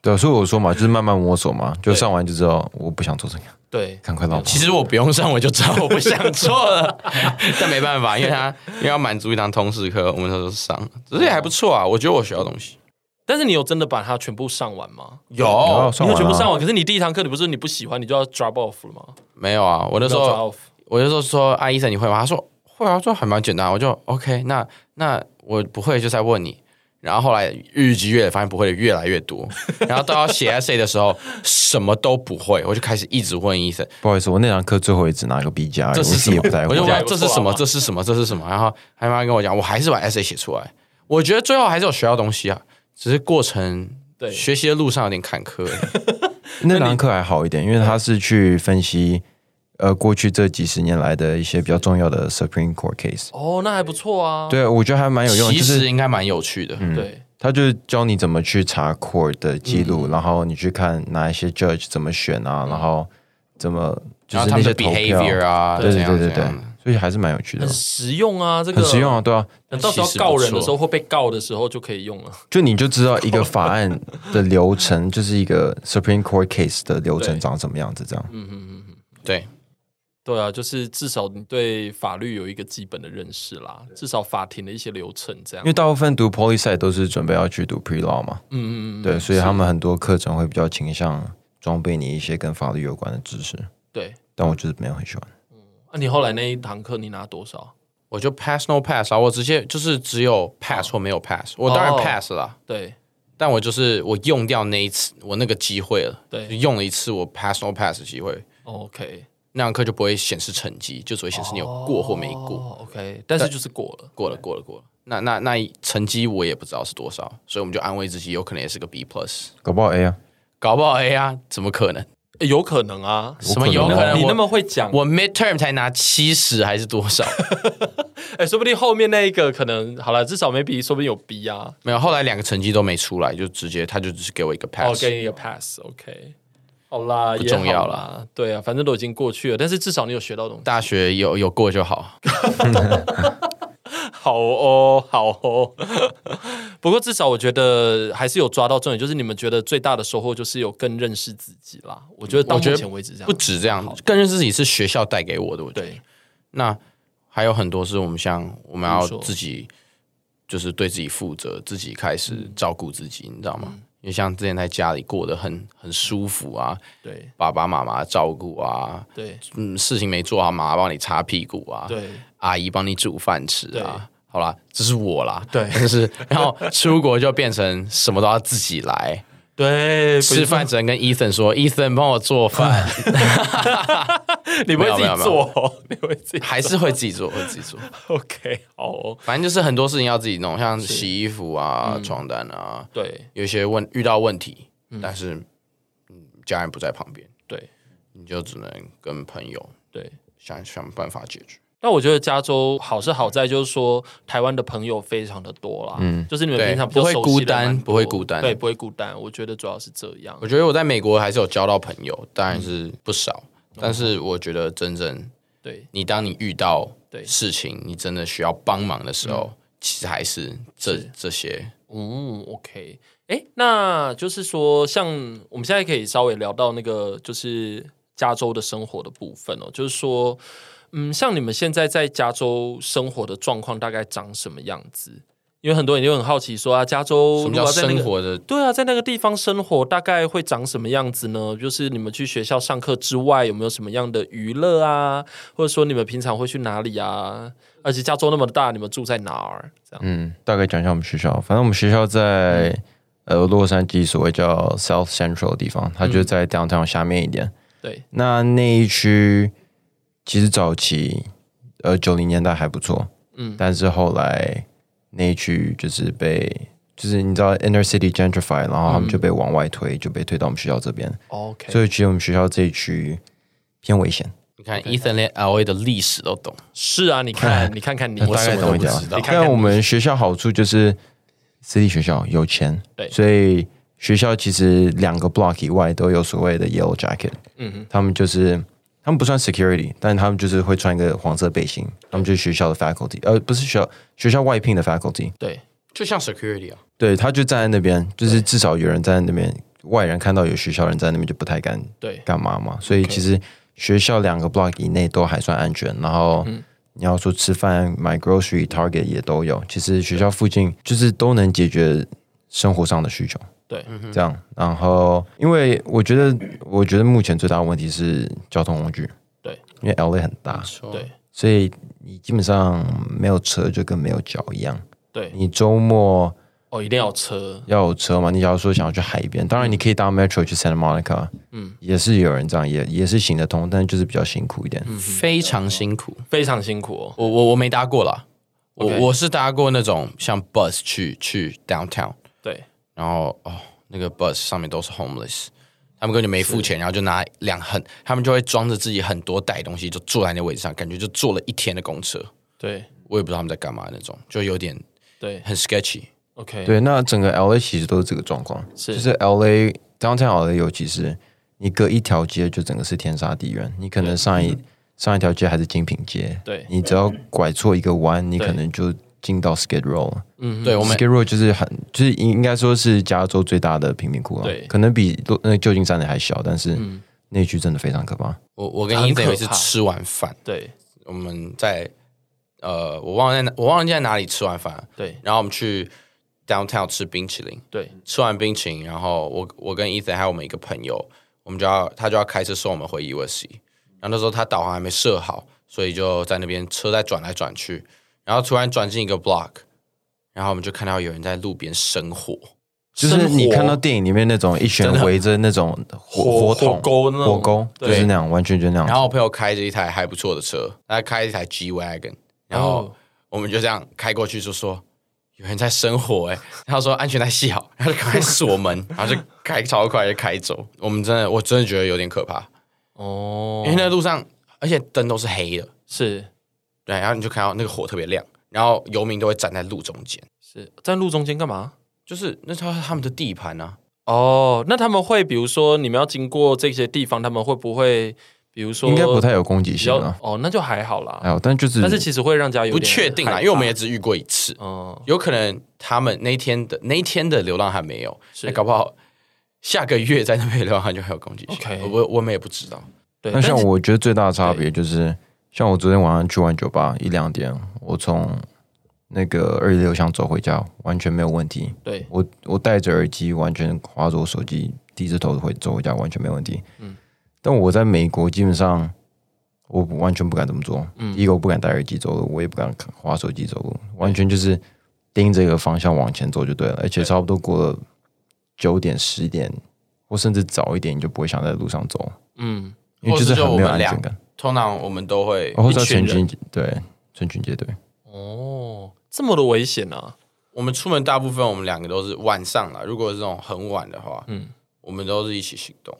Speaker 3: 对啊，所以我说嘛，
Speaker 2: 嗯
Speaker 3: 就是慢慢摸索嘛，就上完就知道我不想做这个，
Speaker 1: 对，
Speaker 3: 赶快绕跑
Speaker 2: 其。实我不用上，我就知道我不想做了， 但没办法，因为他因为要满足一堂通识课，我们那时候上，只是也还不错啊。我觉得我学到东西
Speaker 1: 但是你有真的把它全部上完吗？
Speaker 3: 然后
Speaker 2: 有
Speaker 3: 上
Speaker 1: 你有
Speaker 3: 完啊
Speaker 1: 全部上
Speaker 3: 了，
Speaker 1: 完，可是你第一堂课你不是你不喜欢，你就要 drop off 了吗？
Speaker 2: 没有啊？我那时
Speaker 1: 没有 drop
Speaker 2: 候
Speaker 1: off
Speaker 2: 我那时候说啊阿医生你会吗？他说会啊，我说还蛮简单，我就 OK 那。那我不会就再问你。然后后来日积月累，发现不会的越来越多。然后到要写 essay 的时候，什么都不会，我就开始一直问医生。
Speaker 3: 不好意思，我那堂课最后也只拿个 B 加而已，
Speaker 2: 这
Speaker 3: 我
Speaker 2: 是
Speaker 3: 自己
Speaker 2: 什么？
Speaker 3: 也不太
Speaker 2: 我
Speaker 3: 会
Speaker 2: 就。
Speaker 1: 这还
Speaker 2: 问
Speaker 1: 不
Speaker 2: 这
Speaker 1: 错
Speaker 2: 是什么？
Speaker 1: 嘛
Speaker 2: 这是什么？这是什么？然后他妈跟我讲，我还是把 essay 写出来。我觉得最后还是有学到东西啊，只是过程
Speaker 1: 对
Speaker 2: 学习的路上有点 坎坷。
Speaker 3: 哎那堂课还好一点，因为他是去分析呃过去这几十年来的一些比较重要的 Supreme Court case。
Speaker 1: 哦，那还不错啊。
Speaker 3: 对，我觉得还蛮有用的，
Speaker 2: 其
Speaker 3: 就是嗯
Speaker 2: 实应该蛮有趣的。
Speaker 1: 对
Speaker 3: 他就是教你怎么去查 court 的记
Speaker 2: 嗯
Speaker 3: 录，然后你去看哪一些 judge 怎么选啊，然后怎么就
Speaker 2: 然后
Speaker 3: 是
Speaker 2: 他
Speaker 3: 那
Speaker 2: 们
Speaker 3: 些
Speaker 2: 的
Speaker 3: 投票，
Speaker 2: behavior 啊，
Speaker 3: 对
Speaker 2: 怎
Speaker 3: 对
Speaker 2: 样
Speaker 3: 对对
Speaker 2: 怎
Speaker 3: 对
Speaker 2: 样的，，
Speaker 3: 所以还是蛮有趣的哦
Speaker 1: 很，实用啊，这个
Speaker 3: 很实用啊，对啊，
Speaker 1: 等到时候
Speaker 2: 其实不
Speaker 1: 告人的
Speaker 2: 错
Speaker 1: 时候会被告的时候就可以用了。
Speaker 3: 就你就知道一个法案的流程，就是一个 Supreme Court case 的流程
Speaker 1: 对
Speaker 3: 长什么样子，这样
Speaker 1: 嗯嗯嗯嗯，
Speaker 2: 对
Speaker 1: 对啊，就是至少你对法律有一个基本的认识啦，至少法庭的一些流程这样
Speaker 3: 因。为大部分读 Poli Sci 都是准备要去读 Pre Law 嘛，
Speaker 1: 嗯嗯嗯，嗯
Speaker 3: 对，所以他们很多课程会比较倾向装备你一些跟法律有关的知识，
Speaker 1: 对。
Speaker 3: 但我就是没有很喜欢。
Speaker 1: 那、你后来那一堂课你拿多少？
Speaker 2: 我就 pass no pass 啊，我直接就是只有 pass 或没有 pass，我当然
Speaker 1: 哦
Speaker 2: pass 了啦。
Speaker 1: 对
Speaker 2: 但我就是我用掉那一次我那个机会了，
Speaker 1: 对哦
Speaker 2: 就用了一次我 pass no pass 的机会，
Speaker 1: ，OK，
Speaker 2: 那堂课就不会显示成绩，就只会显示你有过或没过。
Speaker 1: 哦，OK，但是就是过了。
Speaker 2: 过了，过了，过了。那那那成绩我也不知道是多少，所以我们就安慰自己，有可能也是个 B plus，
Speaker 3: 搞不好 A 啊，
Speaker 2: 搞不好 A 啊？怎么欸可能？
Speaker 1: 诶有可能啊，
Speaker 2: 什么有
Speaker 3: 可能
Speaker 2: 可能？
Speaker 1: 你
Speaker 2: 我
Speaker 1: 那么会讲，
Speaker 2: 我 midterm 才拿七十还是多少？
Speaker 1: 哎、说不定后面那一个可能好了，至少没 B，说不定有 B 啊。
Speaker 2: 没有，后来两个成绩都没出来，就直接他就只是给我一个
Speaker 1: 哦，
Speaker 2: pass。
Speaker 1: 给你一个 pass，OK、好啦，
Speaker 2: 不重
Speaker 1: 也好
Speaker 2: 要啦
Speaker 1: 啦，对啊，反正都已经过去了，但是至少你有学到东 西。
Speaker 2: 大学有有过就好，
Speaker 1: 好哦，好哦。 不过至少我觉得还是有抓到重点，就是你们觉得最大的收获就是有更认识自己啦。我觉得到
Speaker 2: 我觉
Speaker 1: 目
Speaker 2: 得
Speaker 1: 前为止这样，
Speaker 2: 不止这样，更认识自己是学校带给我的。我觉得
Speaker 1: 对，
Speaker 2: 那还有很多是我们像我们
Speaker 1: 比
Speaker 2: 要
Speaker 1: 如说
Speaker 2: 自己，就是对自己负责，自己开始照顾自己，你知道吗？
Speaker 1: 嗯
Speaker 2: 因为像之前在家里过得很很舒服啊，
Speaker 1: 对
Speaker 2: 爸爸妈妈照顾啊，
Speaker 1: 对
Speaker 2: 嗯，事情没做好，妈妈帮你擦屁股啊，
Speaker 1: 对，
Speaker 2: 阿姨帮你煮饭吃啊。好啦，这是我啦，
Speaker 1: 对
Speaker 2: 但是然后出国就变成什么都要自己来，
Speaker 1: 对，
Speaker 2: 吃饭只能跟 Ethan 说，Ethan 帮我做 饭，
Speaker 1: 你不会自
Speaker 2: 没有
Speaker 1: 己
Speaker 2: 没有
Speaker 1: 做 哦，你会自己
Speaker 2: 还是会自己做，会自己做。
Speaker 1: OK 好哦，
Speaker 2: 反正就是很多事情要自己弄，像洗衣服啊、
Speaker 1: 嗯
Speaker 2: 床单啊，
Speaker 1: 对
Speaker 2: 有一些问遇到问题，但是嗯家人不在旁边，
Speaker 1: 对
Speaker 2: 你就只能跟朋友
Speaker 1: 对。
Speaker 2: 想想办法解决。
Speaker 1: 那我觉得加州好是好在就是说，台湾的朋友非常的多啦，嗯，就是你们
Speaker 2: 对
Speaker 1: 平常比较熟悉的蛮多
Speaker 2: 不会孤单不会孤单
Speaker 1: 对，不会孤单。我觉得主要是这样
Speaker 2: 我，觉得我在美国还是有交到朋友，当然是不少，
Speaker 1: 嗯
Speaker 2: 但是我觉得真正
Speaker 1: 对
Speaker 2: 你当你遇到
Speaker 1: 对
Speaker 2: 事情，你真的需要帮忙的时候，其实还是这这些。
Speaker 1: 嗯，OK，哎，那就是说，像我们现在可以稍微聊到那个就是加州的生活的部分哦，就是说，嗯，像你们现在在加州生活的状况大概长什么样子？因为很多人就很好奇说啊，加州
Speaker 2: 什么
Speaker 1: 如
Speaker 2: 叫
Speaker 1: 果在那
Speaker 2: 生
Speaker 1: 个
Speaker 2: 活的
Speaker 1: 对啊，在那个地方生活大概会长什么样子呢？就是你们去学校上课之外，有没有什么样的娱乐啊？或者说你们平常会去哪里啊？而且加州那么大，你们住在哪儿？这样，
Speaker 3: 嗯，大概讲一下我们学校。反正我们学校在、呃洛杉矶所谓叫 South Central 的地方，它就在 downtown 下面一点。
Speaker 1: 对，
Speaker 3: 那那一区其实早期呃九零年代还不错，
Speaker 1: 嗯
Speaker 3: 但是后来那一区就是被就是你知道 inner city gentrify，然后他们就被往外推，就被推到我们学校这边，
Speaker 1: OK，
Speaker 3: 所以其实我们学校这一区偏危险。
Speaker 2: 你看，Ethan 连 L A 的历史都懂，
Speaker 1: 是啊，你 看，你看看你，
Speaker 3: 我大概懂一点
Speaker 1: 你
Speaker 3: 了。
Speaker 1: 看看
Speaker 3: 但
Speaker 1: 你
Speaker 3: 我们学校好处就是私立学校有钱，
Speaker 1: 对
Speaker 3: 所以学校其实两个 block 以外都有所谓的 yellow jacket，嗯哼，他们就是他们不算 security，但他们就是会穿一个黄色背心，他们就是学校的 faculty，呃，不是学校学校外聘的 faculty，
Speaker 2: 对，就像 security 啊，
Speaker 1: 嗯
Speaker 3: 对，他就站在那边，就是至少有人站在那边，外人看到有学校人在那边就不太敢
Speaker 2: 对，
Speaker 3: 干嘛嘛，所以其实学校两个 block 以内都还算安全。然后
Speaker 1: 嗯
Speaker 3: 你要说吃饭、买 grocery、Target 也都有，其实学校附近就是都能解决生活上的需求。
Speaker 1: 对，
Speaker 3: 这样。然后因为我觉得，我觉得目前最大的问题是交通工具。
Speaker 1: 对，
Speaker 3: 因为 LA 很大，
Speaker 2: 对，
Speaker 3: 所以你基本上没有车就跟没有脚一样。
Speaker 1: 对，
Speaker 3: 你周末
Speaker 1: 哦，一定要有车，
Speaker 3: 要有车嘛？你假如说想要去海边，当然你可以搭 metro 去 Santa Monica，嗯，也是有人这样，也也是行得通，但是就是比较辛苦一点。
Speaker 2: 非常辛苦。
Speaker 1: 非常辛苦哦。
Speaker 2: 我我我没搭过啦，我
Speaker 1: OK
Speaker 2: 我是搭过那种像 bus 去去 downtown，
Speaker 1: 对，
Speaker 2: 然后哦，那个 bus 上面都是 homeless，他们根本就没付钱，然后就拿两很，他们就会装着自己很多袋东西，就坐在那位置上，感觉就坐了一天的公车，
Speaker 1: 对，
Speaker 2: 我也不知道他们在干嘛那种，就有点
Speaker 1: 对
Speaker 2: 很 sketchy。
Speaker 1: ，OK，
Speaker 3: 对，那整个 LA 其实都是这个状况，
Speaker 1: 是
Speaker 3: 就是 LA downtown LA 尤其是你隔一条街就整个是天沙地远，你可能上一上一条街还是精品街，
Speaker 1: 对
Speaker 3: 你只要拐错一个弯，你
Speaker 1: 对
Speaker 3: 可能就进到 Skid Row 了。
Speaker 1: 嗯
Speaker 2: 对我们
Speaker 3: Skid Row 就是很就是应应该说是加州最大的贫民窟了，啊
Speaker 1: 对嗯
Speaker 3: 可能比洛那旧金山的还小，但是那区真的非常可怕。
Speaker 2: 我我跟
Speaker 1: 很可
Speaker 2: Ethan 有一次
Speaker 1: 怕
Speaker 2: 吃完饭，
Speaker 1: 对，
Speaker 2: 我们在呃，我忘了在哪我忘了在哪里吃完饭了，
Speaker 1: 对，
Speaker 2: 然后我们去 downtown 吃冰淇淋。
Speaker 1: 对，
Speaker 2: 吃完冰淇淋，然后我我跟 Ethan 还有我们一个朋友，我们就要他就要开车送我们回 USC，然后那时候他导航还没设好，所以就在那边车在转来转去，然后突然转进一个 block，然后我们就看到有人在路边生火，
Speaker 3: 就是你
Speaker 1: 生活
Speaker 3: 看到电影里面那种一群人围着那种火
Speaker 1: 火
Speaker 3: 桶、
Speaker 1: 火钩那种
Speaker 3: 火钩，
Speaker 1: 对
Speaker 3: 就是那样，完全就那样。
Speaker 2: 然后我朋友开着一台还不错的车，他开一台 G wagon，然后
Speaker 1: 哦
Speaker 2: 我们就这样开过去就说。有人在生火哎、欸，他说安全带系好，然后就赶快锁门，然后就开超快就开走。我们真的，我真的觉得有点可怕。
Speaker 1: 哦
Speaker 2: 因为，那路上，而且灯都是黑的，
Speaker 1: 是
Speaker 2: 对，然后你就看到那个火特别亮，然后游民都会站在路中间，
Speaker 1: 是，在路中间干嘛？
Speaker 2: 就是那他他们的地盘啊，
Speaker 1: 哦，那他们会比如说你们要经过这些地方，他们会不会比如说
Speaker 3: 应该不太有攻击
Speaker 1: 比
Speaker 3: 性
Speaker 1: 较
Speaker 3: 了，
Speaker 1: 哦，那就还好啦。
Speaker 3: 还有，但就是
Speaker 1: 但是其实会让家有
Speaker 2: 不
Speaker 1: 点
Speaker 2: 确定啦，
Speaker 1: 害
Speaker 2: 因为我们
Speaker 1: 怕
Speaker 2: 也只遇过一次，
Speaker 1: 嗯
Speaker 2: 有可能他们那一天的那一天的流浪汉没有，
Speaker 1: 是
Speaker 2: 那
Speaker 3: 哎
Speaker 2: 搞不好下个月在那边的流浪汉就很有攻击性
Speaker 1: OK
Speaker 2: 我我们也不知道，
Speaker 1: 对，
Speaker 3: 那像
Speaker 1: 但是
Speaker 3: 我觉得最大的差别就是，像我昨天晚上去完酒吧一两点，我从那个二六巷走回家完全没有问题。
Speaker 1: 对
Speaker 3: 我我戴着耳机，完全划着我手机，低着头回走回家完全没问题。
Speaker 1: 嗯
Speaker 3: 但我在美国基本上我完全不敢这么做。
Speaker 1: 嗯
Speaker 3: 第一个我不敢戴耳机走路，我也不敢划手机走路，完全就是盯着一个方向往前走就对了。而且差不多过了九点、十点，或甚至早一点，你就不会想在路上走，
Speaker 1: 嗯
Speaker 3: 因为就是
Speaker 2: 或是就
Speaker 3: 很没有
Speaker 2: 我们
Speaker 3: 安
Speaker 2: 俩
Speaker 3: 全感。
Speaker 2: 通常我们都会，
Speaker 3: 哦或者
Speaker 1: 一
Speaker 3: 叫
Speaker 1: 群
Speaker 3: 成群对成群结队，
Speaker 1: 哦，这么的危险啊！
Speaker 2: 我们出门大部分我们两个都是晚上啦，如果是这种很晚的话，嗯，我们都是一起行动。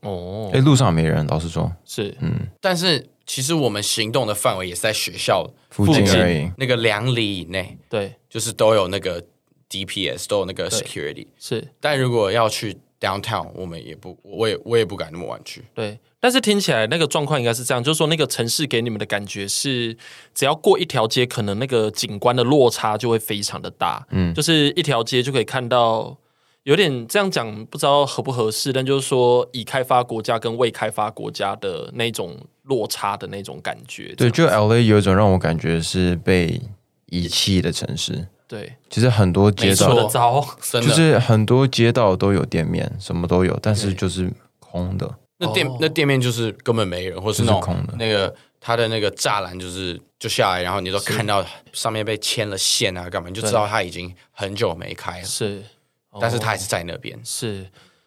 Speaker 1: 哦
Speaker 3: 哎，，路上没人，老实说，嗯
Speaker 1: 是
Speaker 2: 但是其实我们行动的范围也是在学校
Speaker 3: 附
Speaker 1: 近
Speaker 3: 近而已。
Speaker 2: 那个两里以内，
Speaker 1: 对
Speaker 2: 就是都有那个 DPS，都有那个 security。
Speaker 1: 是
Speaker 2: 但如果要去 downtown，我们也不，我也我也不敢那么晚去。
Speaker 1: 对，但是听起来那个状况应该是这样，就是说那个城市给你们的感觉是，只要过一条街，可能那个景观的落差就会非常的大。嗯，就是一条街就可以看到，有点这样讲不知道合不合适，但就是说已开发国家跟未开发国家的那种落差的那种感觉。这
Speaker 3: 对，就
Speaker 1: 样
Speaker 3: L A 有一种让我感觉是被遗弃的城市。
Speaker 1: 对，
Speaker 3: 其实很多街
Speaker 2: 没错
Speaker 1: 说
Speaker 3: 道，
Speaker 1: 的糟，
Speaker 2: 真
Speaker 3: 就
Speaker 2: 的，
Speaker 3: 是很多街道都有店面，什么都有，但是就是空的。
Speaker 2: 那店、
Speaker 1: 哦
Speaker 2: 那店面就是根本没人，或是
Speaker 3: 就是
Speaker 2: 那种
Speaker 3: 空的
Speaker 2: 那个它的那个栅栏就是就下来，然后你都看到上面被牵了线啊，干嘛你就知道它已经很久没开了，
Speaker 1: 是，
Speaker 3: 哦
Speaker 2: 但是它还是在那边。
Speaker 1: 是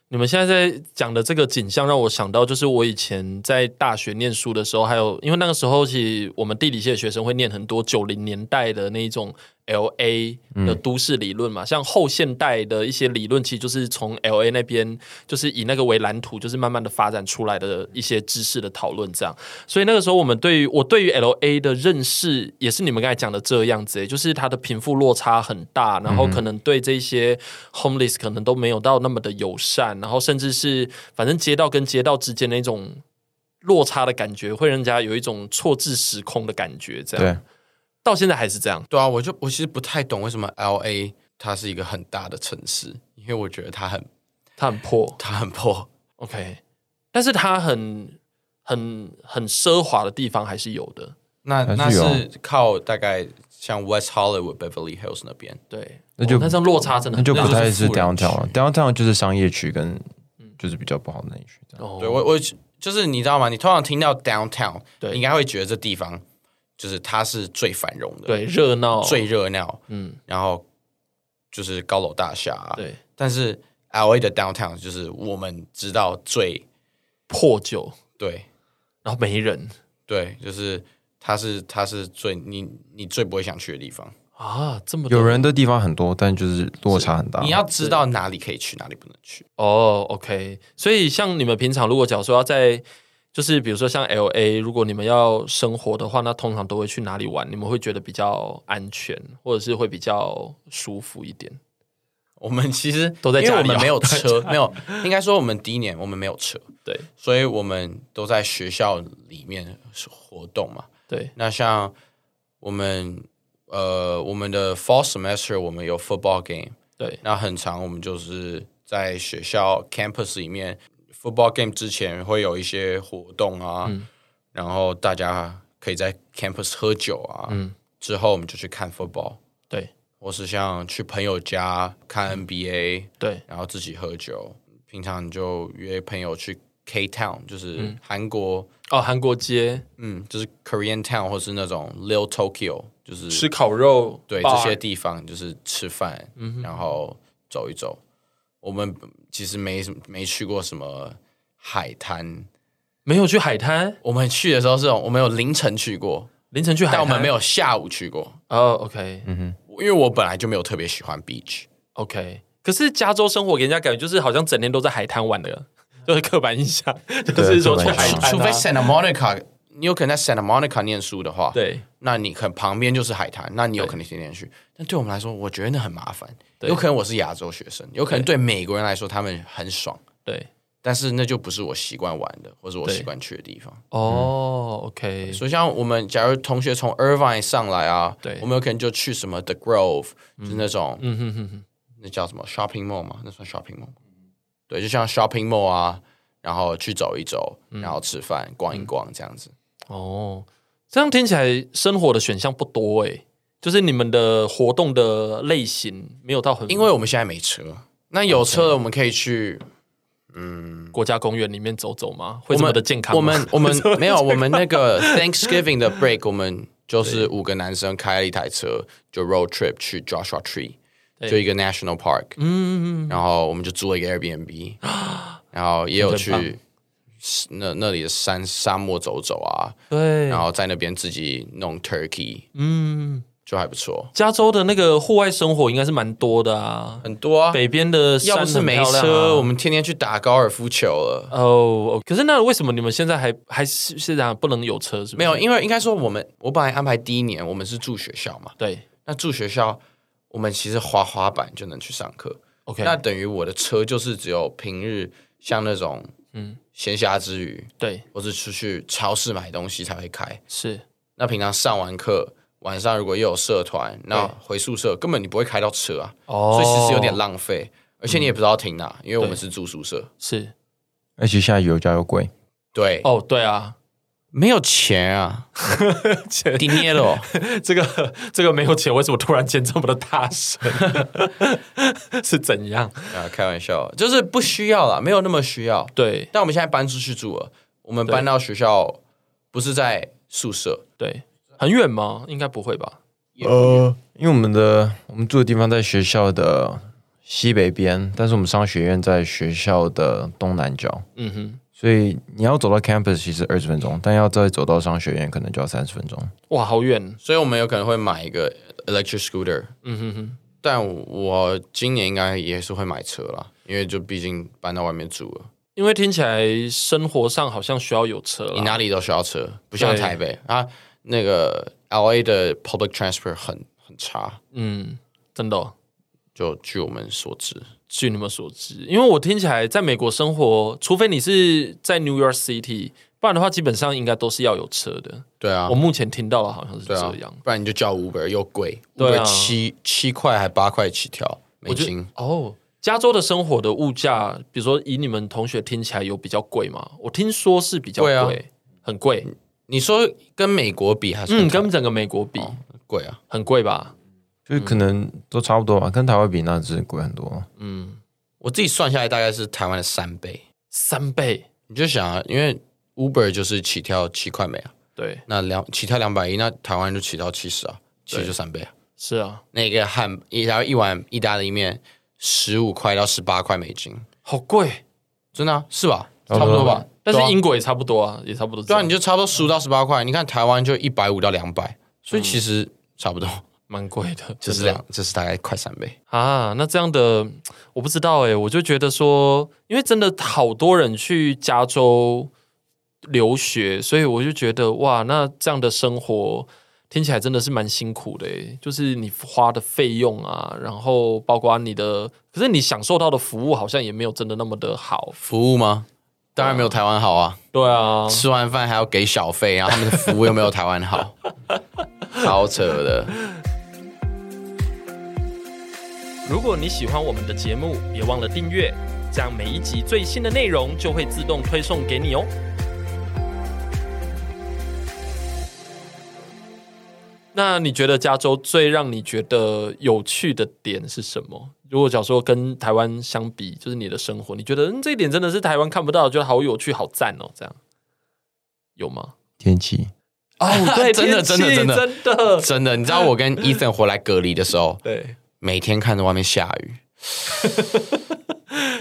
Speaker 1: 你们现在在讲的这个景象，让我想到就是我以前在大学念书的时候，还有因为那个时候其实我们地理系的学生会念很多九零年代的那一种 L A 的都市理论嘛，像后现代的一些理论，其实就是从 L A 那边，就是以那个为蓝图，就是慢慢的发展出来的一些知识的讨论这样。所以那个时候，我们对于我对于 L A 的认识，也是你们刚才讲的这样子、欸，就是它的贫富落差很大，然
Speaker 3: 嗯
Speaker 1: 后可能对这些 homeless 可能都没有到那么的友善，然后甚至是反正街道跟街道之间那种落差的感觉，会让人家有一种错置时空的感觉，这
Speaker 3: 对
Speaker 1: 样。到现在还是这样，
Speaker 2: 对啊，我就我其实不太懂为什么 L A 它是一个很大的城市，因为我觉得它很
Speaker 1: 它很破。
Speaker 2: 它很破。
Speaker 1: OK，但是它很很很奢华的地方还是有啊的。
Speaker 2: 那那
Speaker 3: 还是有
Speaker 2: 是靠大概像 West Hollywood、Beverly Hills 那边，
Speaker 1: 对，
Speaker 3: 那就
Speaker 1: 哦那这样落差真的
Speaker 3: 那
Speaker 1: 很
Speaker 3: 就
Speaker 1: 大
Speaker 3: 不太
Speaker 2: 那就是是富人
Speaker 3: downtown 了
Speaker 2: 区
Speaker 3: ，downtown 就是商业区跟就是比较不好的那一区。这样
Speaker 1: 哦
Speaker 2: 对我我就是你知道吗？你通常听到 downtown，
Speaker 1: 对
Speaker 2: 应该会觉得这地方就是它是最繁荣的，，
Speaker 1: 对热闹
Speaker 2: 最热闹，
Speaker 1: 嗯
Speaker 2: 然后就是高楼大厦、啊。
Speaker 1: 对
Speaker 2: 但是 L A 的 downtown 就是我们知道最
Speaker 1: 破旧，
Speaker 2: 对
Speaker 1: 然后没人
Speaker 2: 对，就是它是它是最你你最不会想去的地方。
Speaker 1: 啊，这么多
Speaker 3: 有人的地方很多，但就是落差
Speaker 1: 啊
Speaker 3: 很大。
Speaker 2: 你要知道哪里可以去，哪里不能去。
Speaker 1: 哦，OK，所以像你们平常如果假如说要在就是比如说像 LA，如果你们要生活的话，那通常都会去哪里玩？你们会觉得比较安全，或者是会比较舒服一点？
Speaker 2: 我们其实
Speaker 1: 都在
Speaker 2: 因为
Speaker 1: 家
Speaker 2: 我
Speaker 1: 里
Speaker 2: 们
Speaker 1: 啊
Speaker 2: 没有车，没有，应该说我们第一年我们没有车，
Speaker 1: 对
Speaker 2: 所以我们都在学校里面活动嘛。
Speaker 1: 对，
Speaker 2: 那像我们呃，我们的 fall semester 我们有 football game，
Speaker 1: 对，
Speaker 2: 那很长我们就是在学校 campus 里面 football game 之前会有一些活动啊，
Speaker 1: 嗯
Speaker 2: 然后大家可以在 campus 喝酒啊，
Speaker 1: 嗯
Speaker 2: 之后我们就去看 football，
Speaker 1: 对
Speaker 2: 或是像去朋友家看 NBA，
Speaker 1: 对
Speaker 2: 然后自己喝酒，平常你就约朋友去 K Town，就是
Speaker 1: 嗯
Speaker 2: 韩国。
Speaker 1: 哦，韩国街
Speaker 2: 嗯，就是 Korean Town 或是那种 Little Tokyo，就是
Speaker 1: 吃哎烤肉，
Speaker 2: 对这
Speaker 1: bar
Speaker 2: 些地方就是吃饭，
Speaker 1: 嗯
Speaker 2: 然后走一走。我们其实没什么没去过什么海滩，
Speaker 1: 没有去海滩，
Speaker 2: 我们去的时候是我们有凌晨去过，
Speaker 1: 凌晨去海
Speaker 2: 但
Speaker 1: 滩，
Speaker 2: 我们没有下午去过，
Speaker 1: 哦，OK，
Speaker 3: 嗯
Speaker 2: 因为我本来就没有特别喜欢 beach。
Speaker 1: OK，可是加州生活给人家感觉就是好像整天都在海滩玩的， 就是刻板印象，就是说去海滩、啊，
Speaker 2: 除非 Santa Monica，你有可能在 Santa Monica 念书的话，，
Speaker 1: 对
Speaker 2: 那你可能旁边就是海滩，那你有
Speaker 1: 对
Speaker 2: 可能天天去。但对我们来说，我觉得那很麻烦。
Speaker 1: 对
Speaker 2: 有可能我是亚洲学生，有可能对美国人来说他们很爽，
Speaker 1: 对
Speaker 2: 但是那就不是我习惯玩的，或是我
Speaker 1: 对
Speaker 2: 习惯去的地方。
Speaker 1: 哦、o k
Speaker 2: 所以像我们假如同学从 Irvine 上来啊，
Speaker 1: 对
Speaker 2: 我们有可能就去什么 The Grove，、就是那种
Speaker 1: 嗯哼哼哼，
Speaker 2: 那叫什么 shopping mall 吗？那算 shopping mall。对，就像 shopping mall 啊，然后去走一走，
Speaker 1: 嗯
Speaker 2: 然后吃饭、逛一逛这样子。
Speaker 1: 哦，这样听起来生活的选项不多诶、就是你们的活动的类型没有到很，
Speaker 2: 因为我们现在没车，
Speaker 1: 哦
Speaker 2: 那有车了我们可以去
Speaker 1: 国家公园里面走走吗？会这么的健康吗
Speaker 2: 我们我 们没有，我们那个 Thanksgiving 的 break，我们就是五个男生开了一台车，就 road trip 去 Joshua Tree，就一个 national park，嗯，然后我们就租了一个 Airbnb，然后也有
Speaker 1: 真
Speaker 2: 去那那里的山沙漠走走啊，
Speaker 1: 对
Speaker 2: 然，后在那边自己弄 turkey，
Speaker 1: 嗯，
Speaker 2: 就还不错，
Speaker 1: 加州的那个户外生活应该是蛮多的啊，
Speaker 2: 很多啊。
Speaker 1: 北边的山
Speaker 2: 要不是
Speaker 1: 很
Speaker 2: 没
Speaker 1: 漂亮啊
Speaker 2: 车，我们天天去打高尔夫球了。
Speaker 1: 哦，可是那为什么你们现在还还是是这样不能有车？是不是
Speaker 2: 没有，因为应该说我们，我本来安排第一年我们是住学校嘛，
Speaker 1: 对
Speaker 2: 那住学校，我们其实滑滑板就能去上课。
Speaker 1: ，OK，
Speaker 2: 那等于我的车就是只有平日像那种
Speaker 1: 嗯
Speaker 2: 闲暇之余，
Speaker 1: 对
Speaker 2: 或是出去超市买东西才会开。
Speaker 1: 是
Speaker 2: 那平常上完课，晚上如果又有社团，那回宿舍根本你不会开到车啊，
Speaker 1: 哦嗯
Speaker 2: 所以其实有点浪费，而且你也不知道停哪，因为我们
Speaker 1: 对
Speaker 2: 是住宿舍。
Speaker 1: 是
Speaker 3: 而且现在油价又贵，
Speaker 2: 对，
Speaker 1: 哦，对 啊，
Speaker 2: 没有钱啊，迪涅罗。
Speaker 1: 这个 这个没有钱，为什么突然间这么的大声？ 是怎样？
Speaker 2: 啊，开玩笑，就是不需要啦，没有那么需要。
Speaker 1: 对
Speaker 2: 但我们现在搬出去住了，我们搬到学校不是在宿舍，
Speaker 1: 对，很远吗？应该不会吧？
Speaker 3: 呃，因为我们的我们住的地方在学校的西北边，但是我们商学院在学校的东南角，
Speaker 1: 嗯哼，
Speaker 3: 所以你要走到 campus 其实二十分钟，但要再走到商学院可能就要三十分钟。
Speaker 1: 哇，好远
Speaker 2: 所以我们有可能会买一个 electric scooter，嗯哼哼。但我今年应该也是会买车啦，因为就毕竟搬到外面住了，
Speaker 1: 因为听起来生活上好像需要有车
Speaker 2: 你
Speaker 1: 啦。
Speaker 2: 哪里都需要车，不像
Speaker 1: 啊对
Speaker 2: 台北啊，那个 L A 的 public transport 很很差，
Speaker 1: 嗯，真的哦、
Speaker 2: 就据我们所知，
Speaker 1: 据你们所知，因为我听起来在美国生活，除非你是在 New York City，不然的话，基本上应该都是要有车的。
Speaker 2: 对啊
Speaker 1: 我，目前听到的好像是这
Speaker 2: 对啊
Speaker 1: 样。，
Speaker 2: 不然你就叫 Uber 又贵
Speaker 1: 对啊
Speaker 2: ，Uber 七七块还八块起跳美
Speaker 1: 我觉得
Speaker 2: 金，
Speaker 1: 哦，加州的生活的物价，比如说以你们同学听起来有比较贵吗？我听说是比较贵，
Speaker 2: 贵啊
Speaker 1: 很贵。
Speaker 2: 你说跟美国比还
Speaker 1: 嗯，
Speaker 2: 是很
Speaker 1: 跟整个美国比，
Speaker 2: 贵啊？
Speaker 1: 很贵吧？
Speaker 3: 就是可能都差不多吧，跟台湾比那只是贵很多。
Speaker 1: 嗯，
Speaker 2: 我自己算下来大概是台湾的三倍。
Speaker 1: 三倍，
Speaker 2: 你就想啊，因为 Uber 就是起跳七块美啊，
Speaker 1: 对，
Speaker 2: 那两起跳两百一，那台湾就起跳七十啊，其实就三倍啊。
Speaker 1: 是啊，
Speaker 2: 那个汉一然后一碗意大利面十五块到十八块美金，
Speaker 1: 好贵，
Speaker 2: 真的、啊、是吧？
Speaker 3: 差
Speaker 2: 差
Speaker 3: 不
Speaker 2: 不
Speaker 3: 多
Speaker 2: 多吧。
Speaker 1: 但
Speaker 2: 对啊
Speaker 1: 是英国也差不多啊，也差不多这
Speaker 2: 对啊，
Speaker 1: 样。
Speaker 2: 你就差不多十五到十八块，你看台湾就一百五到两百，所以其实差 不多，
Speaker 1: 蛮贵的，
Speaker 2: 这嗯是
Speaker 1: 真的
Speaker 2: 两，这是大概快三倍。
Speaker 1: 啊，那这样的我不知道哎、我就觉得说，因为真的好多人去加州留学，所以我就觉得哇，那这样的生活听起来真的是蛮辛苦的、欸，就是你花的费用啊，然后包括你的，可是你享受到的服务好像也没有真的那么的好，
Speaker 2: 服务吗？当然没有台湾好啊，
Speaker 1: 对啊，
Speaker 2: 吃完饭还要给小费，然后他们的服务又没有台湾 好，超扯的。
Speaker 1: 如果你喜欢我们的节目，别忘了订阅，这样每一集最新的内容就会自动推送给你哦。那你觉得加州最让你觉得有趣的点是什么？如果假如说跟台湾相比，就是你的生活，你觉得嗯这一点真的是台湾看不到，觉得好有趣、好赞哦，这样有吗？
Speaker 3: 天气，
Speaker 1: 哦，
Speaker 2: 对
Speaker 1: 真的、真
Speaker 2: 天
Speaker 1: 的、
Speaker 2: 气
Speaker 1: 真的、真的，
Speaker 2: 真的，你知道我跟 Ethan 回来隔离的时候，
Speaker 1: 对，
Speaker 2: 每天看着外面下 雨，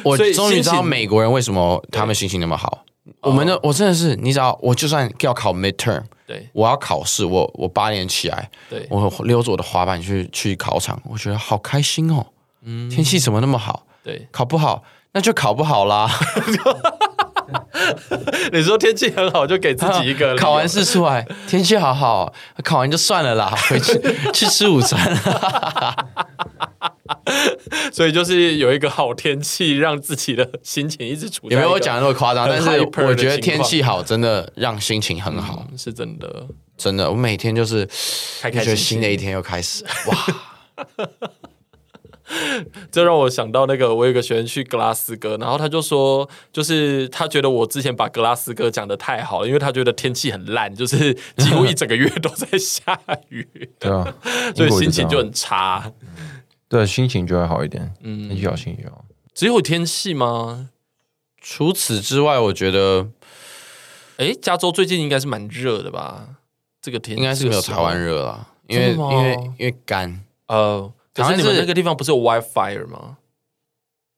Speaker 2: 我
Speaker 1: 所以
Speaker 2: 终于知
Speaker 1: 心
Speaker 2: 道
Speaker 1: 情哦
Speaker 2: 美国人为什么他们心情那么好。我们的我真的是，你知道，我就算要考 midterm，
Speaker 1: 对，
Speaker 2: 我要考试，我我八点起来，
Speaker 1: 对，
Speaker 2: 我溜着我的滑板去去考场，我觉得好开心哦。
Speaker 1: 嗯
Speaker 2: 天气怎么那么好？
Speaker 1: 对。
Speaker 2: 考不好那就考不好啦。
Speaker 1: 你说天气很好，就给自己一 个理由
Speaker 2: 考完试出来，天气好好，考完就算了啦，回去去吃午餐。
Speaker 1: 所以就是有一个好天气，让自己的心情一直处在
Speaker 2: 也没
Speaker 1: 一
Speaker 2: 有
Speaker 1: 个
Speaker 2: 讲得那么夸张，
Speaker 1: 很
Speaker 2: 但是
Speaker 1: hyper 的
Speaker 2: 我觉得
Speaker 1: 情况
Speaker 2: 天气好真的让心情很好，
Speaker 1: 嗯是真的，
Speaker 2: 真的，我每天就是
Speaker 1: 开
Speaker 2: 就
Speaker 1: 开
Speaker 2: 觉
Speaker 1: 心
Speaker 2: 得新
Speaker 1: 心
Speaker 2: 的一天又开始，哇，
Speaker 1: 这让我想到那个，我有一个学生去格拉斯哥，然后他就说，就是他觉得我之前把格拉斯哥讲的太好了，因为他觉得天气很烂，就是几乎一整个月都在下 雨，
Speaker 3: 对啊，
Speaker 1: 所
Speaker 3: 英
Speaker 1: 以
Speaker 3: 国
Speaker 1: 心情
Speaker 3: 这
Speaker 1: 就
Speaker 3: 样
Speaker 1: 很差。
Speaker 3: 对，啊心情就会好一点。嗯，天气好，心情就好。
Speaker 1: 只有天气吗？
Speaker 2: 除此之外，我觉得
Speaker 1: 诶，加州最近应该是蛮热的吧？这个天
Speaker 2: 应该是没有台湾
Speaker 1: 热，
Speaker 2: 热啦，因
Speaker 1: 真
Speaker 2: 为
Speaker 1: 的吗
Speaker 2: 因为因为干，
Speaker 1: 呃，可
Speaker 2: 台
Speaker 1: 是
Speaker 2: 湾
Speaker 1: 你们
Speaker 2: 是
Speaker 1: 那个地方不是有 WiFi 吗？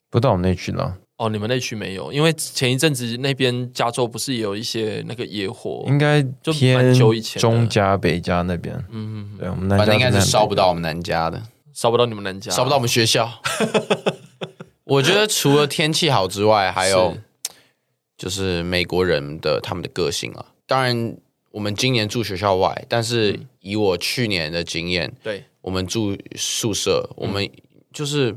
Speaker 3: 不到我们那区了，
Speaker 1: 哦，你们那区没有，因为前一阵子那边加州不是也有一些那个野
Speaker 2: 哦
Speaker 1: 火，
Speaker 2: 嗯
Speaker 3: 应该
Speaker 1: 就
Speaker 3: 偏
Speaker 1: 蛮久以前的
Speaker 3: 中加北加那边。
Speaker 1: 嗯，
Speaker 3: 对，我们南
Speaker 2: 反
Speaker 3: 加
Speaker 2: 正应该是
Speaker 3: 真的很
Speaker 2: 烧
Speaker 3: 北
Speaker 2: 不到我们南家的，
Speaker 1: 烧不到你们南加，
Speaker 2: 烧不到我们 学校。我觉得除了天气好之外，还有
Speaker 1: 是
Speaker 2: 就是美国人的他们的个性啊。当然，我们今年住学校外，但是
Speaker 1: 嗯
Speaker 2: 以我去年的经验，
Speaker 1: 对，
Speaker 2: 我们住宿舍，我们就是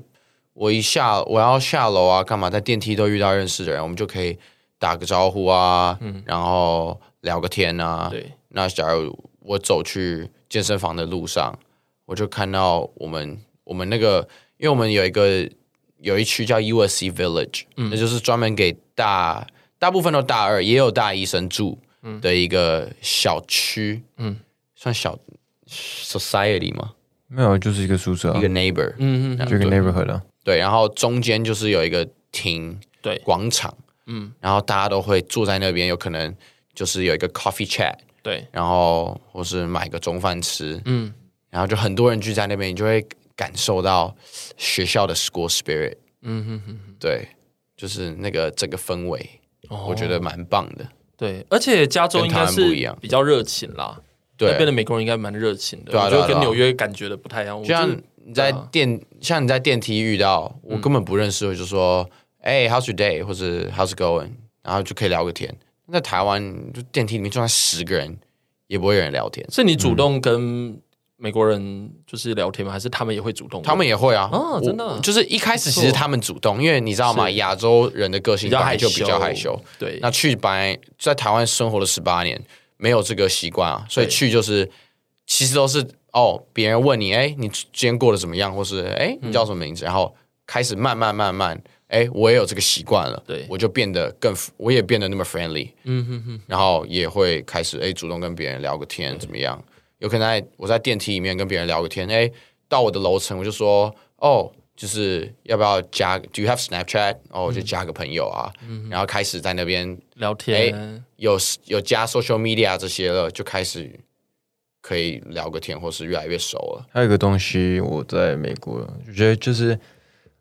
Speaker 2: 我一下我要下楼啊，干嘛在电梯都遇到认识的人，我们就可以打个招呼啊，然后聊个天啊。
Speaker 1: 对，
Speaker 2: 那假如我走去健身房的路上，我就看到我们我们那个，因为我们有一个有一区叫 USC Village，、那就是专门给大大部分都大二，也有大一生住的一个小区，
Speaker 1: 嗯
Speaker 2: 嗯，算小 society 吗？
Speaker 3: 没有，就是一个宿舍啊
Speaker 2: 一个，neighbor，
Speaker 1: 嗯嗯，
Speaker 3: 就一个 neighborhood 啊。
Speaker 2: 对，然后中间就是有一个厅
Speaker 1: 对
Speaker 2: 广场，
Speaker 1: 嗯
Speaker 2: 嗯，然后大家都会坐在那边，有可能就是有一个 coffee chat，
Speaker 1: 对，
Speaker 2: 然后或是买个中饭吃，
Speaker 1: 嗯，
Speaker 2: 然后就很多人聚在那边，你就会感受到学校的 school spirit，
Speaker 1: 嗯哼哼哼，
Speaker 2: 对，就是那个这个氛围，
Speaker 1: 哦
Speaker 2: 我觉得蛮棒的。
Speaker 1: 对，而且加州应该
Speaker 2: 跟台湾不
Speaker 1: 是
Speaker 2: 一样
Speaker 1: 比较热情啦，
Speaker 2: 对
Speaker 1: 那边的美国人应该蛮热情的，
Speaker 2: 对啊
Speaker 1: 我觉
Speaker 2: 对
Speaker 1: 得
Speaker 2: 啊
Speaker 1: 跟
Speaker 2: 对啊
Speaker 1: 纽约感觉的不太一样。我
Speaker 2: 就像
Speaker 1: 是
Speaker 2: 你在
Speaker 1: 对啊嗯
Speaker 2: 电，像你在电梯遇到我根本不认识，我就说，哎、h o w s your day，或是 How's it going，然后就可以聊个天。在台湾，就电梯里面就算十个人，也不会有人聊天。
Speaker 1: 是你主动跟美国人就是聊天吗？还是他们也会主动？
Speaker 2: 他们也会啊，
Speaker 1: 哦
Speaker 2: 我
Speaker 1: 真的啊
Speaker 2: 就是一开始
Speaker 1: 不错
Speaker 2: 其实他们主动，因为你知道吗？
Speaker 1: 是
Speaker 2: 亚洲人的个
Speaker 1: 比
Speaker 2: 性
Speaker 1: 较
Speaker 2: 本
Speaker 1: 害
Speaker 2: 来
Speaker 1: 羞，
Speaker 2: 就比较害羞，。
Speaker 1: 对，
Speaker 2: 那去本来在台湾生活了十八年，没有这个习惯啊，所以
Speaker 1: 对
Speaker 2: 去就是其实都是哦，别人问你，哎，你今天过得怎么样，或是哎，你叫什么名字，然后开始慢慢慢慢，哎，我也有这个习惯了，
Speaker 1: 对
Speaker 2: 我就变得更，我也变得那么 friendly，
Speaker 1: 嗯哼哼，
Speaker 2: 然后也会开始哎主动跟别人聊个天，怎么样？有可能在我在电梯里面跟别人聊个天，哎，到我的楼层我就说哦。就是要不要加？Do you have Snapchat？哦，
Speaker 1: 嗯
Speaker 2: 我就加个朋友啊，然后开始在那边
Speaker 1: 聊天
Speaker 2: 哎。有有加 social media 这些了，就开始可以聊个天，或是越来越熟了。
Speaker 3: 还有一个东西，我在美国，我觉得就是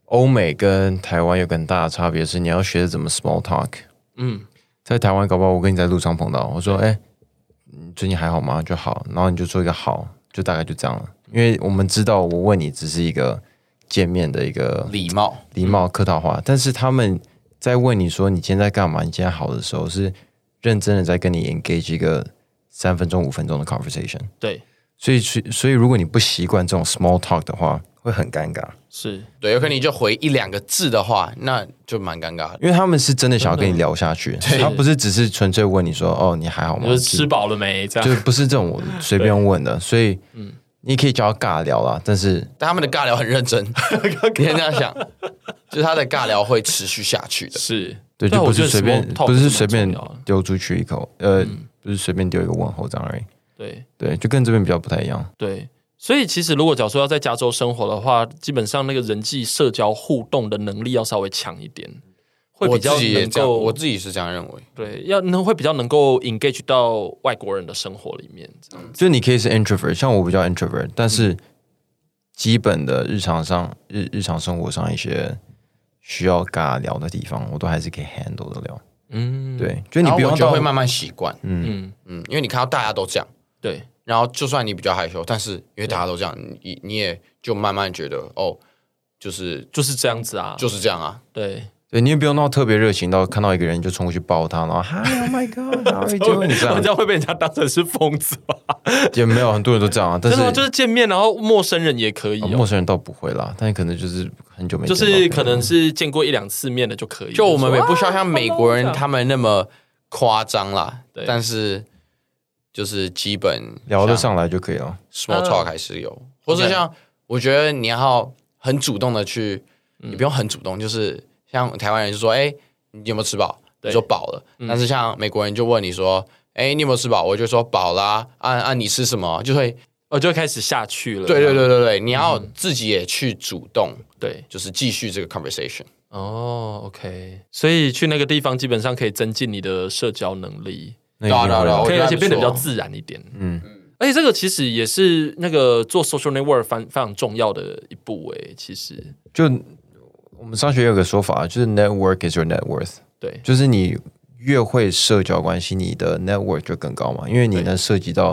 Speaker 3: 欧美跟台湾有个很大的差别是，你要学着怎么 small talk。
Speaker 1: 嗯，
Speaker 3: 在台湾，搞不好我跟你在路上碰到，我说：“哎、你最近还好吗？”就好，然后你就说一个好，就大概就这样了。因为我们知道，我问你只是一个见面的一个
Speaker 2: 礼貌，
Speaker 3: 礼貌客套话，但是他们在问你说你今天在干嘛，你今天好的时候，是认真的在跟你 engage 一个三分钟、五分钟的 conversation。
Speaker 1: 对，
Speaker 3: 所以，所以所以如果你不习惯这种 small talk 的话，会很尴尬，
Speaker 1: 是
Speaker 2: 对，有可能你就回一两个字的话，那就蛮尴尬的。
Speaker 3: 因为他们是真的想要跟你聊下去，他不是只是纯粹问你说：“哦，你还好
Speaker 1: 你
Speaker 3: 吗？”
Speaker 1: 说吃饱了没？这
Speaker 3: 就
Speaker 1: 样嗯
Speaker 3: 是不是这种我随便问的，所以你可以叫他尬聊啦，但是
Speaker 2: 但他们的尬聊很认真，你先这样想，就是他的尬聊会持续下去的。
Speaker 1: 是
Speaker 3: 对，
Speaker 1: 啊
Speaker 3: 就
Speaker 1: 我
Speaker 3: 不
Speaker 1: 觉
Speaker 3: 是
Speaker 1: 得
Speaker 3: 随便
Speaker 1: small talk
Speaker 3: 不
Speaker 1: 是
Speaker 3: 是
Speaker 1: 蛮
Speaker 3: 随便
Speaker 1: 重要的嗯
Speaker 3: 丢出去一口，呃，不是随便丢一个问候这样而已。
Speaker 1: 对
Speaker 3: 对，就跟这边比较不太一样。
Speaker 1: 对。所以其实如果假如说要在加州生活的话，基本上那个人际社交互动的能力要稍微强一点，会
Speaker 2: 我
Speaker 1: 比较
Speaker 2: 自己也
Speaker 1: 能
Speaker 2: 这样，
Speaker 1: 够
Speaker 2: 我自己是这样认为。
Speaker 1: 对，要能会比较能够 engage 到外国人的生活里面，这样
Speaker 3: 就你可以是 introvert，像我比较 introvert，但
Speaker 1: 嗯
Speaker 3: 是基本的日常上日日常生活上一些需要尬聊的地方，我都还是可以 handle 得了。
Speaker 1: 嗯，
Speaker 3: 对，就你
Speaker 2: 然后
Speaker 3: 不
Speaker 2: 我
Speaker 3: 用
Speaker 2: 就
Speaker 3: 到
Speaker 2: 会慢慢习惯，
Speaker 1: 嗯，
Speaker 2: 嗯，因为你看到大家都这样，
Speaker 1: 对，
Speaker 2: 然后就算你比较害羞，但是因为大家都这样，你你也就慢慢觉得哦，就是
Speaker 1: 就是这样子啊，
Speaker 2: 就是这样啊，
Speaker 1: 对，
Speaker 3: 对，你也不用到特别热情到看到一个人就冲过去抱他，然后 Hi oh my god，how are you doing？这
Speaker 1: 我
Speaker 3: 样
Speaker 1: 这样会被人家当成是疯子吧？
Speaker 3: 也没有很多人都这样啊，但
Speaker 1: 真
Speaker 3: 是
Speaker 1: 的吗就是见面，然后陌生人也可以
Speaker 3: 啊
Speaker 1: 哦，
Speaker 3: 陌生人倒不会啦，但可能就是很久没
Speaker 1: 就
Speaker 3: 见到
Speaker 1: 是可
Speaker 3: 朋友
Speaker 1: 能是见过一两次面的就可以。
Speaker 2: 就我们也不需要
Speaker 1: 哇
Speaker 2: 像美国
Speaker 1: hello，这
Speaker 2: 人
Speaker 1: 样
Speaker 2: 他们那么夸张啦
Speaker 1: 对，
Speaker 2: 但是就是基本
Speaker 3: 聊得上来就可以了。
Speaker 2: 像 small
Speaker 1: 嗯
Speaker 2: talk 还是有，或者像我觉得你要很主动的去，你不用很主动，就是像台湾人就说，哎，你有没有吃饱？
Speaker 1: 对
Speaker 2: 你说饱了，但是像美国人就问你说，哎，你有没有吃饱？我就说饱啦，啊啊，你吃什么？就会
Speaker 1: 我哦就开始下去了。
Speaker 2: 对对对对对，你要自己也去主动，
Speaker 1: 对，
Speaker 2: 就是继续这个 conversation。
Speaker 1: 哦，OK，所以去那个地方基本上可以增进你的社交能力，
Speaker 3: 那一定
Speaker 2: 对啊
Speaker 3: 会
Speaker 2: 对啊
Speaker 3: 啊
Speaker 2: 我
Speaker 1: 可
Speaker 2: 觉
Speaker 1: 以
Speaker 2: 得
Speaker 1: 而且
Speaker 2: 还不
Speaker 1: 变得比较
Speaker 2: 错
Speaker 1: 自然一点。
Speaker 3: 嗯，
Speaker 1: 而且这个其实也是那个做 social network 非常非常重要的一步诶、其实
Speaker 3: 就我们上学有个说法，就是 network is your net worth，
Speaker 1: 对
Speaker 3: 就是你越会社交关系，你的 network 就更高嘛，因为你
Speaker 1: 对
Speaker 3: 能涉及到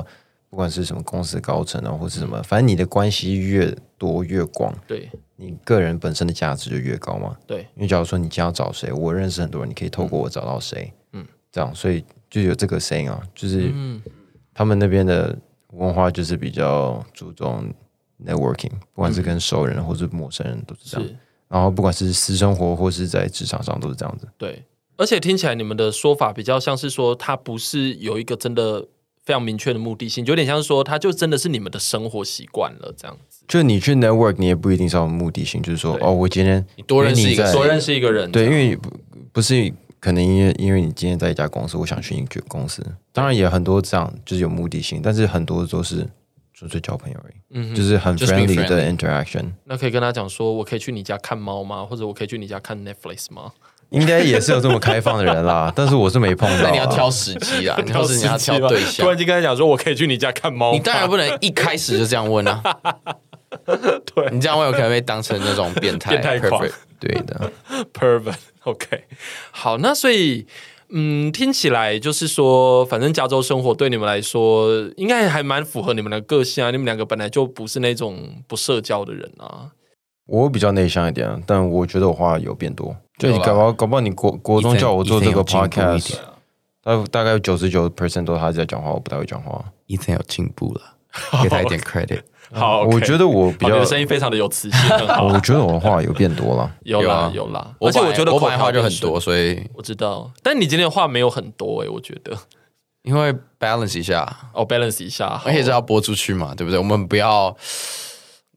Speaker 3: 不管是什么公司高层啊，或是什么，反正你的关系越多越广，
Speaker 1: 对
Speaker 3: 你个人本身的价值就越高嘛。
Speaker 1: 对，
Speaker 3: 因为假如说你今天要找谁，我认识很多人，你可以透过我找到谁，
Speaker 1: 嗯
Speaker 3: 嗯，这样，所以就有这个 saying 啊，就是
Speaker 1: 嗯，
Speaker 3: 他们那边的文化就是比较注重 networking，不管是跟熟人或是陌生人都是
Speaker 2: 嗯
Speaker 3: 这样。
Speaker 1: 是
Speaker 3: 然后不管是私生活或是在职场上都是这样子。
Speaker 1: 对。而且听起来你们的说法比较像是说，它不是有一个真的非常明确的目的性，有点像是说，它就真的是你们的生活习惯了这样子。
Speaker 3: 就你去 network，你也不一定是要有目的性，就是说
Speaker 1: 对
Speaker 3: 哦，我今天哎
Speaker 2: 你多认识一个
Speaker 3: 因为你在
Speaker 1: 多认识一个人，
Speaker 3: 对，因为不不是可能因为因为你今天在一家公司，我想去一个公司，当然也很多这样就是有目的性，但是很多都是纯粹交朋友而已，
Speaker 1: 嗯哼
Speaker 3: 就是很
Speaker 2: Just being
Speaker 3: friendly 的
Speaker 2: friendly
Speaker 3: interaction，
Speaker 1: 那可以跟他讲说，我可以去你家看猫吗？或者我可以去你家看 Netflix 吗？
Speaker 3: 应该也是有这么开放的人啦，但是我是没碰到、
Speaker 2: 那
Speaker 3: 啊。
Speaker 2: 你要挑时机啊，你要是你要挑对象
Speaker 1: 突，然间跟他讲说，我可以去你家看猫吗，
Speaker 2: 你当然不能一开始就这样问啊。
Speaker 1: 对
Speaker 2: 你这样问有可能被当成那种变态
Speaker 1: 变态狂
Speaker 2: perfect
Speaker 3: 对的，
Speaker 1: pervert。OK，好，那所以嗯，听起来就是说，反正加州生活对你们来说，应该还蛮符合你们的个性啊。你们两个本来就不是那种不社交的人啊。
Speaker 3: 我比较内向一点啊，但我觉得我话有变多。就你
Speaker 2: 有啦
Speaker 3: 搞不好，搞不好你国国中叫我做这个
Speaker 2: Ethan- Ethan 有进步一
Speaker 3: podcast，
Speaker 2: 点
Speaker 3: 大大概九十九 percent 都是他在讲话，我不太会讲话。
Speaker 2: ，Ethan 有进步 了，给他一点 credit。
Speaker 1: 好
Speaker 3: 我觉得我比
Speaker 1: 好你
Speaker 3: 较
Speaker 1: 的，声音非常的有磁性，很好，
Speaker 3: 我觉得我的话有变多了。
Speaker 1: 有啦
Speaker 2: 有
Speaker 1: 有啦。
Speaker 2: 我
Speaker 1: 而且
Speaker 2: 本来
Speaker 1: 我觉得
Speaker 2: 我
Speaker 1: 口
Speaker 2: 本来
Speaker 1: 条
Speaker 2: 话就
Speaker 1: 变
Speaker 2: 很
Speaker 1: 顺
Speaker 2: 多，，所以
Speaker 1: 我知道。但你今天的话没有很多欸诶、我觉得
Speaker 2: 因为 balance 一下，
Speaker 1: 哦，balance 一下，好
Speaker 2: 而且是要播出去嘛，对不对？我们不要，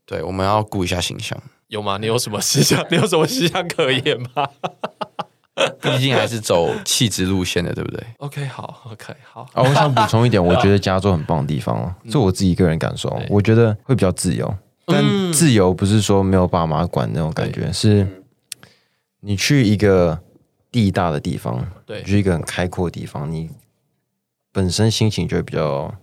Speaker 2: 对，我们要顾一下形象，
Speaker 1: 有吗？你有什么思想？ 你有什么思想可言吗
Speaker 2: 毕竟还是走气质路线的，对不对？
Speaker 1: ？OK，好，OK，好，
Speaker 3: 啊，我想补充一点，我觉得加州很棒的地方哦，这我自己个人感受，哦我觉得会比较自由，但自由不是说没有爸妈管那种感觉，是你去一个地大的地方，
Speaker 1: 对
Speaker 3: 去一个很开阔的地方，你本身心情就会比较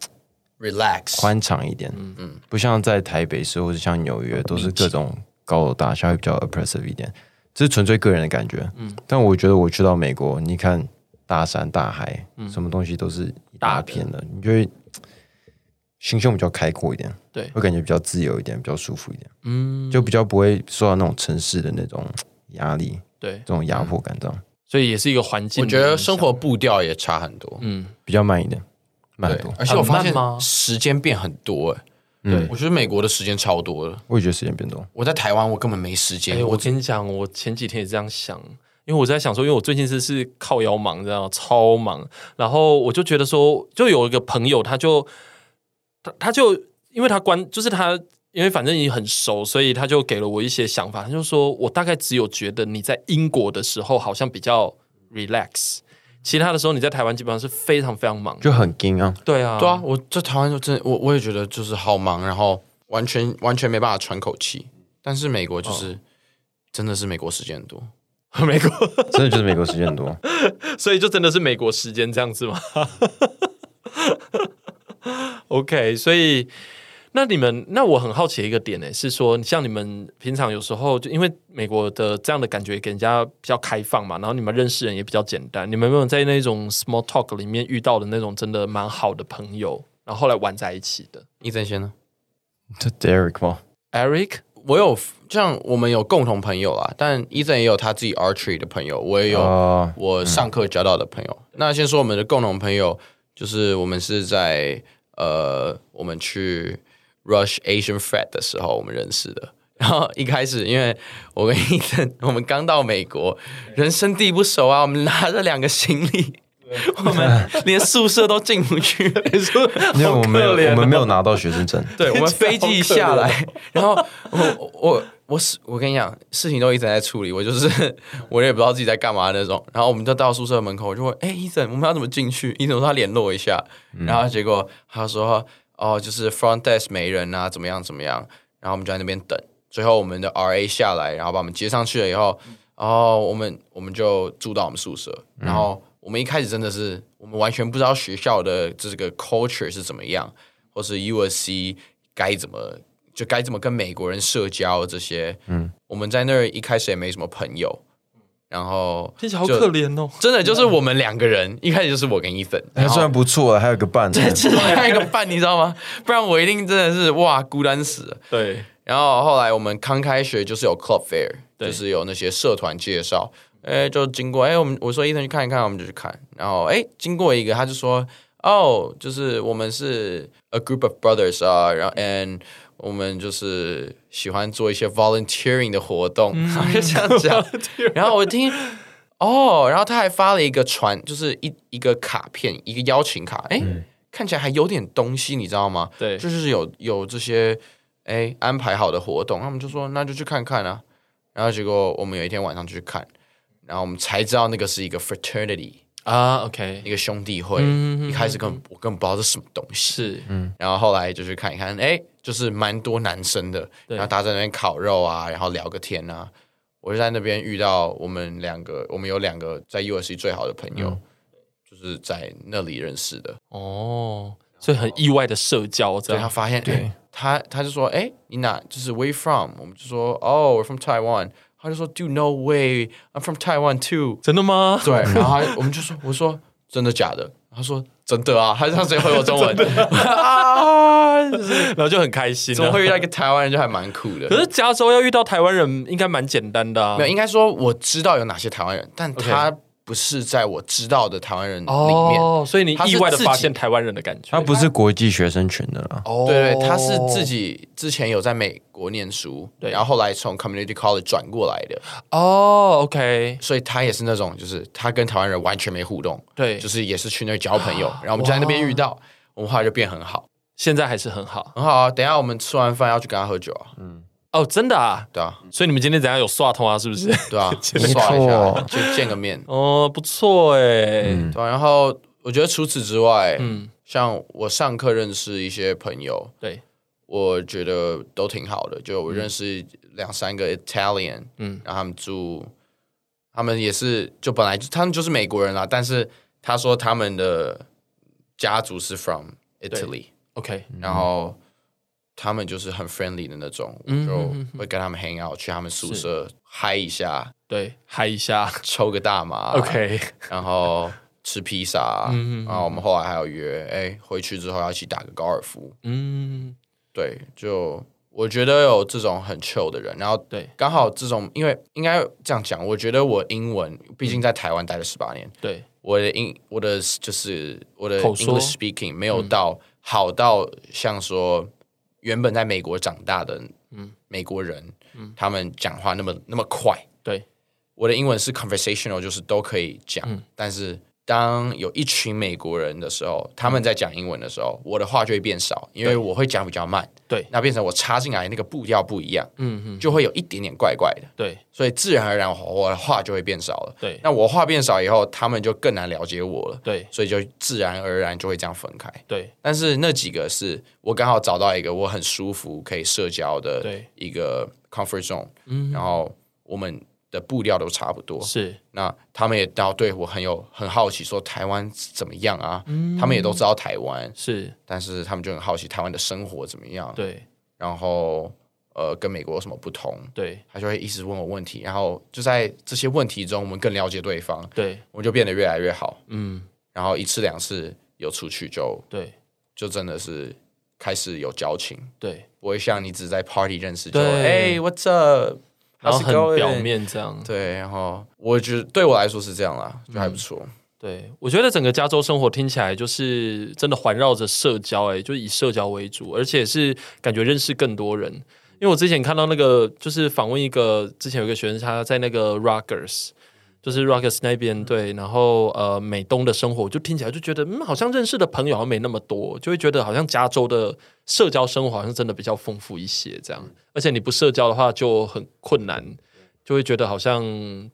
Speaker 2: relax，
Speaker 3: 宽敞一点，嗯，不像在台北市或者像纽约都是各种高楼大厦，会比较 oppressive 一点，这是纯粹个人的感觉，嗯，但我觉得我去到美国，你看大山大海，什么东西都是一嗯大片的，你就会心胸比较开阔一点，
Speaker 1: 对
Speaker 3: 会感觉比较自由一点，比较舒服一点，
Speaker 1: 嗯，
Speaker 3: 就比较不会受到那种城市的那种压力，
Speaker 1: 对，
Speaker 3: 这种压迫感，这样
Speaker 1: 所以也是一个环境的
Speaker 2: 我
Speaker 1: 影
Speaker 2: 觉
Speaker 1: 响。
Speaker 2: 得生活步调也差很多，
Speaker 1: 嗯，
Speaker 3: 比较慢一点，慢
Speaker 2: 对
Speaker 3: 很多，，
Speaker 2: 而且我发现
Speaker 1: 很慢吗
Speaker 2: 时间变很多，哎，
Speaker 1: 对
Speaker 2: 我觉得美国的时间超多了。
Speaker 3: 我也觉得时间变多，
Speaker 2: 我在台湾，我根本没时间
Speaker 1: 哎，，我
Speaker 2: 我
Speaker 1: 跟你讲，我前几天也这样想，因为我在想说，因为我最近是是靠腰忙，这样超忙，然后我就觉得说，就有一个朋友，他就他他就因为他关，就是他。因为反正也很熟，所以他就给了我一些想法。他就说我大概只有觉得你在英国的时候好像比较 relax，其他的时候你在台湾基本上是非常非常忙。
Speaker 3: 就很硬啊，
Speaker 1: 对 啊，
Speaker 2: 对啊，我在台湾就真的，我我也觉得就是好忙，然后完全完全没办法喘口气。但是美
Speaker 1: 哦
Speaker 2: 国就是、真的是美国时间很多，
Speaker 1: 美国，
Speaker 3: 真的就是美国时间很多。
Speaker 1: 所以就真的是美国时间这样子吗 ？OK，所以那你们，那我很好奇的一个点呢，是说像你们平常有时候就因为美国的这样的感觉给人家比较开放嘛，然后你们认识人也比较简单，你们有没有在那种 small talk 里面遇到的那种真的蛮好的朋友，然后后来玩在一起的
Speaker 2: 一真先呢？
Speaker 3: 这 Derek 吗？
Speaker 1: ？Eric，
Speaker 2: 我有像我们有共同朋友啦，但伊森也有他自己 archery 的朋友，我也有
Speaker 1: 哦
Speaker 3: 啊
Speaker 2: 我上课交到的朋友。那先说我们的共同朋友，就是我们是在呃，我们去 Rush Asian Fred 的时候我们认识的。然后一开始，因为我跟伊森，我们刚到美国，人生地不熟啊，我们拿着两个行李，我们连宿舍都进不去，
Speaker 3: 因为我
Speaker 2: 好
Speaker 3: 们没有
Speaker 2: 可怜哦
Speaker 3: 我们没有拿到学生证，
Speaker 2: 对，我们飞机一下来， 然后我我我是我跟你讲，事情都一直在处理，我就是我也不知道自己在干嘛那种。然后我们就到宿舍门口，我就问：“哎、伊森，我们要怎么进去？”伊森说他联络一下，然后结果他说：“哦，就是 front desk 没人啊，怎么样怎么样。”然后我们就在那边等，最后我们的 RA 下来，然后把我们接上去了以后，然后我们我们就住到我们宿舍，然后我们一开始真的是我们完全不知道学校的这个 culture 是怎么样，或是 USC 该怎么就该怎么跟美国人社交这些，嗯，我们在那儿一开始也没什么朋友，然后
Speaker 1: 听起来好可
Speaker 2: 就，
Speaker 1: 怜哦。
Speaker 2: 真的就是我们两个人，一开始就是我跟伊森，
Speaker 3: 还算不错啊，还有个伴。
Speaker 2: 还有一个伴，你知道吗？不然我一定真的是哇孤单死了。
Speaker 1: 对，
Speaker 2: 然后后来我们刚开学就是有 club fair，
Speaker 1: 对
Speaker 2: 就是有那些社团介绍，哎，就经过哎，我们我说伊森去看一看，我们就去看，然后哎，经过一个他就说哦，就是我们是 a group of brothers 啊，然后 and 我们就是喜欢做一些 volunteering 的活动， 然后就这样讲，然后我听。哦，然后他还发了一个传，就是一一个卡片，一个邀请卡，哎，看起来还有点东西，你知道吗？
Speaker 1: 对
Speaker 2: 就是有有这些哎安排好的活动，他们就说那就去看看啊。然后结果我们有一天晚上就去看，然后我们才知道那个是一个 fraternity，
Speaker 1: 啊，OK，嗯
Speaker 2: 一个兄弟会。一开始根本我根本不知道这是什么东西，
Speaker 1: 是，
Speaker 2: 然后后来就去看一看，哎，就是蛮多男生的，然后大家在那边烤肉啊，然后聊个天啊。我就在那边遇到我们两个，我们有两个在 USC 最好的朋
Speaker 1: 嗯
Speaker 2: 友，就是在那里认识的。
Speaker 1: 哦，所以很意外的社交这
Speaker 2: 所以
Speaker 1: 样
Speaker 2: 他。发现，哎，他他就说，哎，你哪就是 where you from？我们就说，哦、oh,，we're from Taiwan。他就说，dude no way，I'm from Taiwan too。
Speaker 1: 真的吗？
Speaker 2: 对，然后他我们就说，我说真的假的？他说真的啊，他他直接回我中 文啊，就是
Speaker 1: 然后就很开心、啊。
Speaker 2: 怎么会遇到一个台湾人就还蛮酷的
Speaker 1: 可。是加州要遇到台湾人应该蛮简单的啊
Speaker 2: 没。有，应该说我知道有哪些台湾人，但
Speaker 1: OK
Speaker 2: 他不是在我知道的台湾人里面。
Speaker 1: 哦，所以你
Speaker 2: 他是
Speaker 1: 意外的
Speaker 2: 自己
Speaker 1: 发现台湾人的感觉
Speaker 3: 他，不是国际学生群的啦。
Speaker 1: 哦
Speaker 2: 对对，他是自己之前有在美国念书，对，然后后来从 community college 转过来的，
Speaker 1: 哦，OK，
Speaker 2: 所以他也是那种，就是他跟台湾人完全没互动，
Speaker 1: 对
Speaker 2: 就是也是去那儿交朋友，然后我们就在那边遇到，我们后来就变很好，
Speaker 1: 现在还是很好
Speaker 2: 很好啊。等一下我们吃完饭要去跟他喝酒啊，
Speaker 1: 哦，真的啊。
Speaker 2: 对啊，
Speaker 1: 所以你们今天怎样有刷通啊？是不是？
Speaker 2: 对啊，
Speaker 3: 没
Speaker 2: 耍一下
Speaker 3: 错
Speaker 2: 就见个面，
Speaker 1: 哦，不错哎，
Speaker 3: 嗯
Speaker 2: 对啊、然后我觉得除此之外，嗯，像我上课认识一些朋友，
Speaker 1: 对，
Speaker 2: 我觉得都挺好的。就我认识两三个 Italian，嗯，然后他们住，他们也是就本来就他们就是美国人啦，但是他说他们的家族是 from Italy，
Speaker 1: ，OK，
Speaker 2: 然后他们就是很 friendly 的那种，我就会跟他们 hang out，去他们宿舍嗨一下，
Speaker 1: 对，啊嗨一下
Speaker 2: 抽个大麻
Speaker 1: ，OK，嗯
Speaker 2: 然后吃披
Speaker 1: 啊
Speaker 2: 萨，然后我们后来还有约，哎，回去之后要一起打个高尔夫。
Speaker 1: 嗯，
Speaker 2: 对，就我觉得有这种很 chill 的人，然后
Speaker 1: 啊对
Speaker 2: 刚好这种，因为应该这样讲，我觉得我英文毕竟在台湾待了十八年，
Speaker 1: 对，
Speaker 2: 我的英我的就是我的
Speaker 1: 口说嗯
Speaker 2: English speaking 没有到好到像说原本在美国长大的
Speaker 1: 嗯
Speaker 2: 美国人，他们讲话那么那么快，
Speaker 1: 对，嗯
Speaker 2: 我的英文是 conversational，就是都可以讲，但是当有一群美国人的时候，他们在讲英文的时候，我的话就会变少，因为我会讲比较慢，
Speaker 1: 嗯对
Speaker 2: 那变成我插进来那个步调不一样，嗯嗯，就会有一点点怪怪的，
Speaker 1: 对，
Speaker 2: 所以自然而然我的话就会变少了，
Speaker 1: 对
Speaker 2: 那我话变少以后，他们就更难了解我了，
Speaker 1: 对，
Speaker 2: 所以就自然而然就会这样分开。
Speaker 1: 对，
Speaker 2: 但是那几个是我刚好找到一个我很舒服可以社交的
Speaker 1: 对嗯
Speaker 2: 一个 comfort zone，然后我们的步调都差不多，
Speaker 1: 是，
Speaker 2: 那他们也到对我很有很好奇，说台湾怎么样啊？
Speaker 1: 嗯
Speaker 2: 他们也都知道台湾，
Speaker 1: 是，
Speaker 2: 但是他们就很好奇台湾的生活怎么样，
Speaker 1: 对，
Speaker 2: 然后呃跟美国有什么不同，
Speaker 1: 对，
Speaker 2: 他就会一直问我问题，然后就在这些问题中，我们更了解对方，
Speaker 1: 对，
Speaker 2: 我就变得越来越好，
Speaker 1: 嗯，
Speaker 2: 然后一次两次有出去就
Speaker 1: 对，
Speaker 2: 就真的是开始有交情，
Speaker 1: 对，
Speaker 2: 不会像你只在 party 认识就哎、
Speaker 1: 对
Speaker 2: hey, what's up，
Speaker 1: 然后
Speaker 2: How's it going？
Speaker 1: 很表面这样。
Speaker 2: 对，然后我觉得对我来说是这样啦，就还不错，
Speaker 1: 嗯对，我觉得整个加州生活听起来就是真的环绕着社交、欸，哎，就以社交为主，而且是感觉认识更多人。因为我之前看到那个，就是访问一个之前有一个学生，他在那个 Rockers，就是 Rockers 那边对，然后呃美东的生活，我就听起来就觉得，嗯，好像认识的朋友好像没那么多，就会觉得好像加州的社交生活好像真的比较丰富一些，这样。而且你不社交的话就很困难，就会觉得好像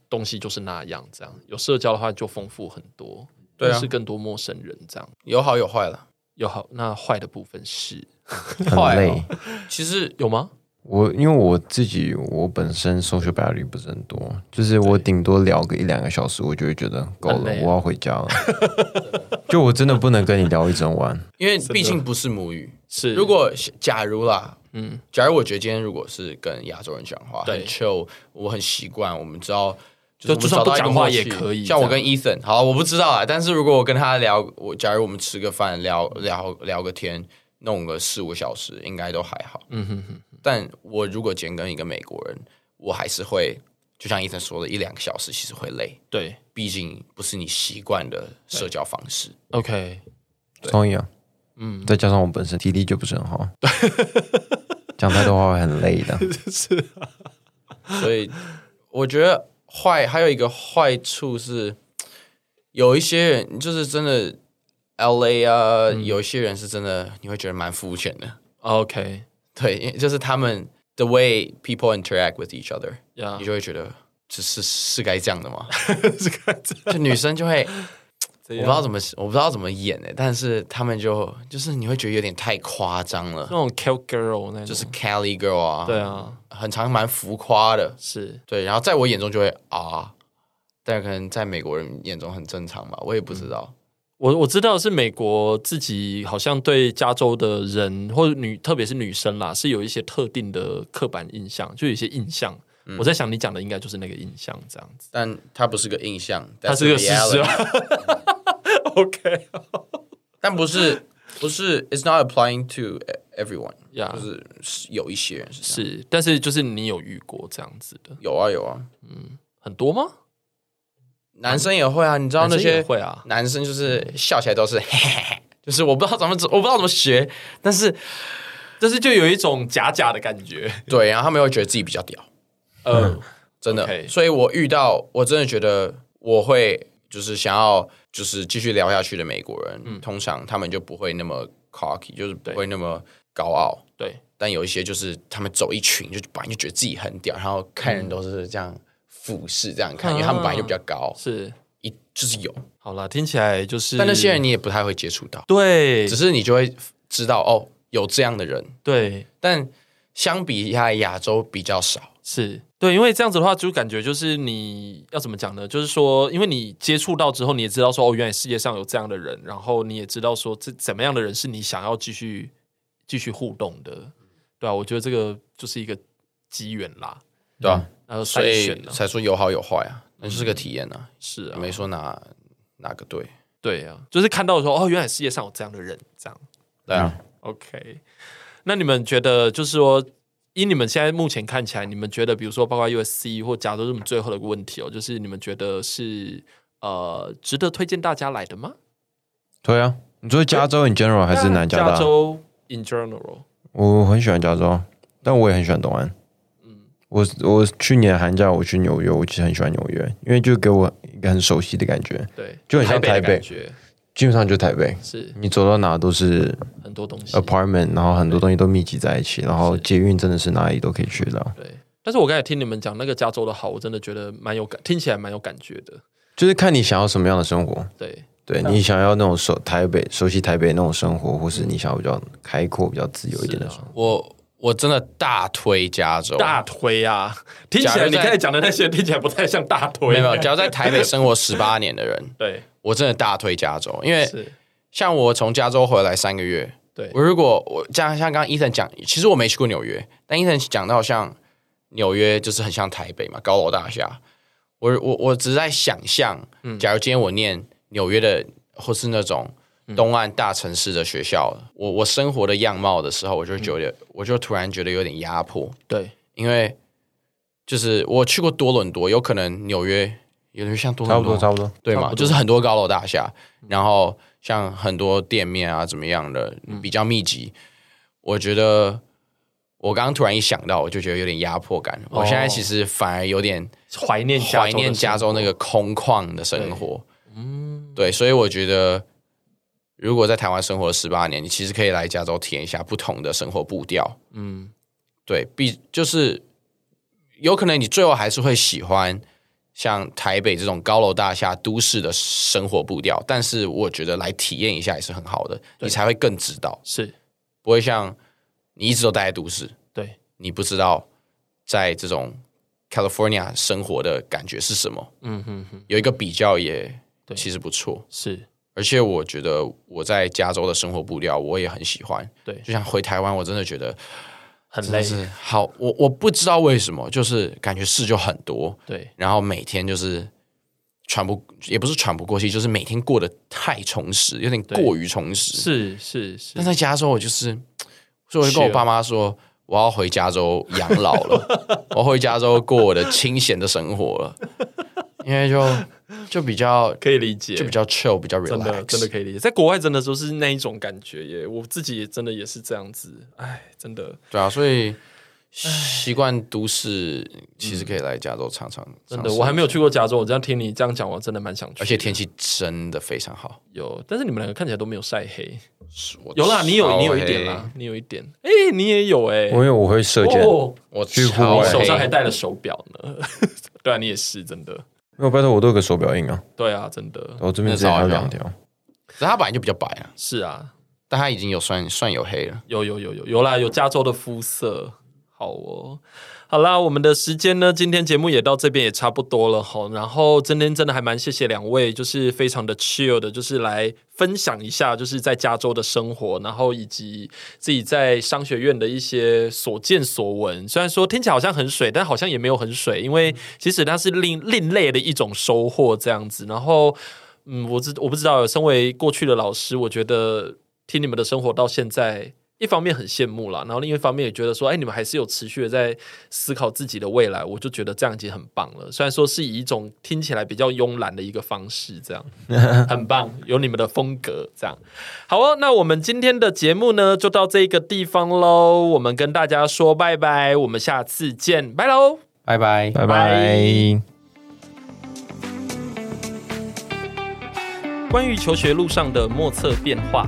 Speaker 1: 东西就是那样，这样有社交的话就丰富很多，
Speaker 2: 对啊
Speaker 1: 认识更多陌生人，这样
Speaker 2: 有好有坏啦。
Speaker 1: 有好那坏的部分是
Speaker 3: 很累。
Speaker 2: 其实
Speaker 1: 有吗？
Speaker 3: 我因为我自己我本身 social battery 不是很多，就是我顶多聊个一两个小时，我就会觉得够
Speaker 1: 很
Speaker 3: 了
Speaker 1: 累啊，
Speaker 3: 我要回家了。就我真的不能跟你聊一整晚，
Speaker 2: 因为毕竟不是母语，
Speaker 1: 是
Speaker 2: 如果假如啦，
Speaker 1: 嗯
Speaker 2: 嗯，假如我觉得今天如果是跟亚洲人讲话，
Speaker 1: 对
Speaker 2: 很 chill，我很习惯，我们知道。
Speaker 1: 就
Speaker 2: 就是我
Speaker 1: 就算
Speaker 2: 们找到
Speaker 1: 不讲
Speaker 2: 一个默
Speaker 1: 话也
Speaker 2: 契
Speaker 1: 可以
Speaker 2: 像我
Speaker 1: 这
Speaker 2: 跟
Speaker 1: 样
Speaker 2: Ethan，好，我不知道啊。但是如果我跟他聊，我假如我们吃个饭，聊聊聊个天，弄个四五小时，应该都还好。
Speaker 1: 嗯哼哼，
Speaker 2: 但我如果今天跟一个美国人，我还是会，就像 Ethan 说的，一两个小时其实会累，
Speaker 1: 对
Speaker 2: 毕竟不是你习惯的社交方式。
Speaker 1: ，OK，
Speaker 3: 同意啊。嗯，再加上我本身体力就不是很好，讲太多话会很累的。
Speaker 2: 所以我觉得坏还有一个坏处是，有一些人就是真的 L A 啊，
Speaker 1: 嗯
Speaker 2: 有一些人是真的你会觉得蛮肤浅的，
Speaker 1: 啊 OK，
Speaker 2: 对，因为就是他们 the way people interact with each other，、
Speaker 1: 呀
Speaker 2: 你，就会觉得这是是该这样 的吗？
Speaker 1: 这个这啊
Speaker 2: 就女生就会。我
Speaker 1: 怎
Speaker 2: 不知道怎么，我不知道怎么演诶、但是他们就就是你会觉得有点太夸张了
Speaker 1: 那，种 kill girl 那种，
Speaker 2: 就是 Cali girl
Speaker 1: 哦
Speaker 2: 啊，
Speaker 1: 对，啊，
Speaker 2: 很常蛮浮夸的，
Speaker 1: 是
Speaker 2: 对，然后在我
Speaker 1: 嗯
Speaker 2: 眼中就会啊，但可能在美国人眼中很正常吧，我也不知道。
Speaker 1: 我我知道是美国自己好像对加州的人或者女，特别是女生啦，是有一些特定的刻板印象，就有一些印象。
Speaker 2: 嗯
Speaker 1: 我在想你讲的应该就是那个印象这样子，
Speaker 2: 但它不是个印象，
Speaker 1: 它
Speaker 2: that's
Speaker 1: 是个事
Speaker 2: reality
Speaker 1: 实啊。OK，
Speaker 2: 但不是不是，it's not applying to everyone，、
Speaker 1: Yeah
Speaker 2: 就是有一些人是这样
Speaker 1: 啊是，但是就是你有遇过这样子的
Speaker 2: 有啊有啊，
Speaker 1: 很多吗？
Speaker 2: 男生也会啊，你知道那
Speaker 1: 男生也
Speaker 2: 些
Speaker 1: 会啊，
Speaker 2: 男生就是笑起来都是 嘿嘿嘿，就是我不知道怎么我不知道怎么学，但是
Speaker 1: 但是就有一种假假的感觉。
Speaker 2: 对，然后他们会觉得自己比较屌，嗯
Speaker 1: 呃，
Speaker 2: 真的。
Speaker 1: OK
Speaker 2: 所以我遇到我真的觉得我会就是想要就是继续聊下去的美国人，
Speaker 1: 嗯
Speaker 2: 通常他们就不会那么 cocky，就是不会那么高傲。
Speaker 1: 对，
Speaker 2: 但有一些就是他们走一群，就本来就觉得自己很屌，然后看人都是这样俯视这样
Speaker 1: 嗯
Speaker 2: 看，因为他们本来就比较高，
Speaker 1: 是。
Speaker 2: 一就是有。
Speaker 1: 好啦，听起来就是，
Speaker 2: 但那些人你也不太会接触到，
Speaker 1: 对
Speaker 2: 只是你就会知道哦，有这样的人。
Speaker 1: 对
Speaker 2: 但相比下亚洲比较少，
Speaker 1: 是对，因为这样子的话，就感觉就是你要怎么讲呢？就是说，因为你接触到之后，你也知道说，哦，原来世界上有这样的人，然后你也知道说，这怎么样的人是你想要继续继续互动的，对啊，我觉得这个就是一个机缘啦，
Speaker 2: 对吧、
Speaker 1: 然后
Speaker 2: 所
Speaker 1: 筛
Speaker 2: 以
Speaker 1: 嗯选啦，
Speaker 2: 才说有好有坏啊，那就是个体验啊，
Speaker 1: 是啊，
Speaker 2: 没说哪哪个对。
Speaker 1: 对啊，就是看到说，哦，原来世界上有这样的人，这样。
Speaker 2: 对啊，
Speaker 1: OK，那你们觉得就是说，以你们现在目前看起来，你们觉得，比如说包括 USC 或加州，这种最后的一个问题哦，就是你们觉得是呃值得推荐大家来的吗？
Speaker 3: 对啊，你说加州 in general 还是南加
Speaker 1: 加
Speaker 3: 大？
Speaker 1: 州 in general？
Speaker 3: 我很喜欢加州，但我也很喜欢东岸。我我去年寒假我去纽约，我其实很喜欢纽约，因为就给我一个很熟悉的感觉，
Speaker 1: 对，
Speaker 3: 就很像
Speaker 1: 台的
Speaker 3: 台北
Speaker 1: 感觉，
Speaker 3: 基本上就台北。
Speaker 1: 是
Speaker 3: 你走到哪都是
Speaker 1: 很多
Speaker 3: 呃
Speaker 1: 东西。
Speaker 3: apartment，然后很多东西都密集在一起，然后捷运真的是哪里都可以去到，
Speaker 1: 对，但是我刚才听你们讲那个加州的好，我真的觉得蛮有感，听起来蛮有感觉的。
Speaker 3: 就是看你想要什么样的生活。
Speaker 1: 对，
Speaker 3: 对你想要那种熟台北熟悉台北那种生活，或是你想要比较开阔、比较自由一点的生活。
Speaker 2: 我我真的大推加州，
Speaker 1: 大推啊， 听起来你刚才讲的那些听起来不太像大推。
Speaker 2: 没有没有，只要在台北生活十八年的人，
Speaker 1: 对，
Speaker 2: 我真的大推加州，因为
Speaker 1: 是，
Speaker 2: 像我从加州回来三个月，
Speaker 1: 对，
Speaker 2: 我如果我这样像刚刚伊森讲，其实我没去过纽约，但伊森讲到像纽约就是很像台北嘛，高楼大厦。我我我只是在想象，
Speaker 3: 嗯
Speaker 2: 假如今天我念纽约的或是那种
Speaker 3: 嗯
Speaker 2: 东岸大城市的学校，我我生活的样貌的时候，我就觉得、
Speaker 3: 嗯
Speaker 2: 我就突然觉得有点压迫，
Speaker 1: 对，
Speaker 2: 因为就是我去过多伦多，有可能纽约有点像多
Speaker 3: 差
Speaker 2: 伦
Speaker 3: 不多，
Speaker 2: 多
Speaker 3: 差不多。
Speaker 2: 对
Speaker 1: 差
Speaker 2: 嘛，
Speaker 1: 不多
Speaker 2: 就是很多高楼大厦，然后像很多店面啊，怎么样的
Speaker 1: 嗯
Speaker 2: 比较密集。我觉得我刚刚突然一想到，我就觉得有点压迫感。
Speaker 1: 哦
Speaker 2: 我现在其实反而有点
Speaker 1: 怀念加州
Speaker 2: 怀
Speaker 1: 的
Speaker 2: 念加州那
Speaker 1: 生
Speaker 2: 个空旷的生活。嗯，对，所以我觉得如果在台湾生活十八年，你其实可以来加州体验一下不同的生活步调。
Speaker 1: 活，嗯，
Speaker 2: 对，必就是有可能你最后还是会喜欢像台北这种高楼大厦都市的生活步调，但是我觉得来体验一下也是很好的，你才会更知道，
Speaker 1: 是
Speaker 2: 不会像你一直都待在都市，
Speaker 1: 对，
Speaker 2: 你不知道在这种 California 生活的感觉是什么。
Speaker 1: 嗯哼哼，
Speaker 2: 有一个比较也
Speaker 1: 对
Speaker 2: 其实不错，
Speaker 1: 是
Speaker 2: 而且我觉得我在加州的生活步调我也很喜欢，
Speaker 1: 对
Speaker 2: 就像回台湾，我真的觉得
Speaker 1: 很
Speaker 2: 真
Speaker 1: 累
Speaker 2: 的，是好，我我不知道为什么，就是感觉事就很多，
Speaker 1: 对，
Speaker 2: 然后每天就是喘不，也不是喘不过气，就是每天过得太充实，有点过于充实。
Speaker 1: 是是是
Speaker 2: 但，在加州，我就是，所以我就跟我爸妈说，我要回加州养老了，我要回加州过我的清闲的生活 了，因为就就比较
Speaker 1: 可以理解，
Speaker 2: 就比较 chill，比较
Speaker 1: 真的
Speaker 2: relax，
Speaker 1: 真的可以理解，在国外真的都是那一种感觉耶，我自己也真的也是这样子，哎，真的
Speaker 2: 对啊，所以。习惯都市，其实可以来加州尝尝。
Speaker 1: 嗯真
Speaker 2: 尝
Speaker 1: 的，
Speaker 2: 试
Speaker 1: 我还没有去过加州，我这样听你这样讲，我真的蛮想去，
Speaker 2: 而且天气真的非常好。
Speaker 1: 有，但是你们两个看起来都没有晒黑，
Speaker 2: 我
Speaker 1: 有啦，你有
Speaker 2: 超
Speaker 1: 你有一点啦，你有一点，哎，你也有哎，
Speaker 3: 因为我会射箭，
Speaker 1: 哦，
Speaker 2: 黑，我
Speaker 3: 去户
Speaker 2: 超
Speaker 1: 我
Speaker 3: 外
Speaker 2: 黑
Speaker 1: 手上还戴了手表呢， 对啊，你也是真的，
Speaker 3: 因为拜托我都有个手表印啊，
Speaker 1: 对啊，真的
Speaker 3: 我这边之前还有两条。
Speaker 2: 可是它本来就比较白啊，
Speaker 1: 是啊，
Speaker 2: 但它已经有算算有黑了。
Speaker 1: 有有有有有啦，有加州的肤色，好哦，好啦，我们的时间呢，今天节目也到这边也差不多了哈。然后今天真的还蛮谢谢两位，就是非常的 chill 的，就是来分享一下就是在加州的生活，然后以及自己在商学院的一些所见所闻。虽然说听起来好像很水，但好像也没有很水，因为其实它是另另类的一种收获这样子。然后，嗯，我知我不知道，身为过去的老师，我觉得听你们的生活到现在。一方面很羡慕啦，然后另一方面也觉得说，哎，你们还是有持续的在思考自己的未来，我就觉得这样已经很棒了。虽然说是以一种听起来比较慵懒的一个方式，这样 很棒，有你们的风格，这样好哦。那我们今天的节目呢，就到这个地方喽。我们跟大家说拜拜，我们下次见，拜喽。
Speaker 2: 拜拜，
Speaker 3: 拜
Speaker 1: 拜
Speaker 3: 拜。
Speaker 1: 关于求学路上的莫测变化，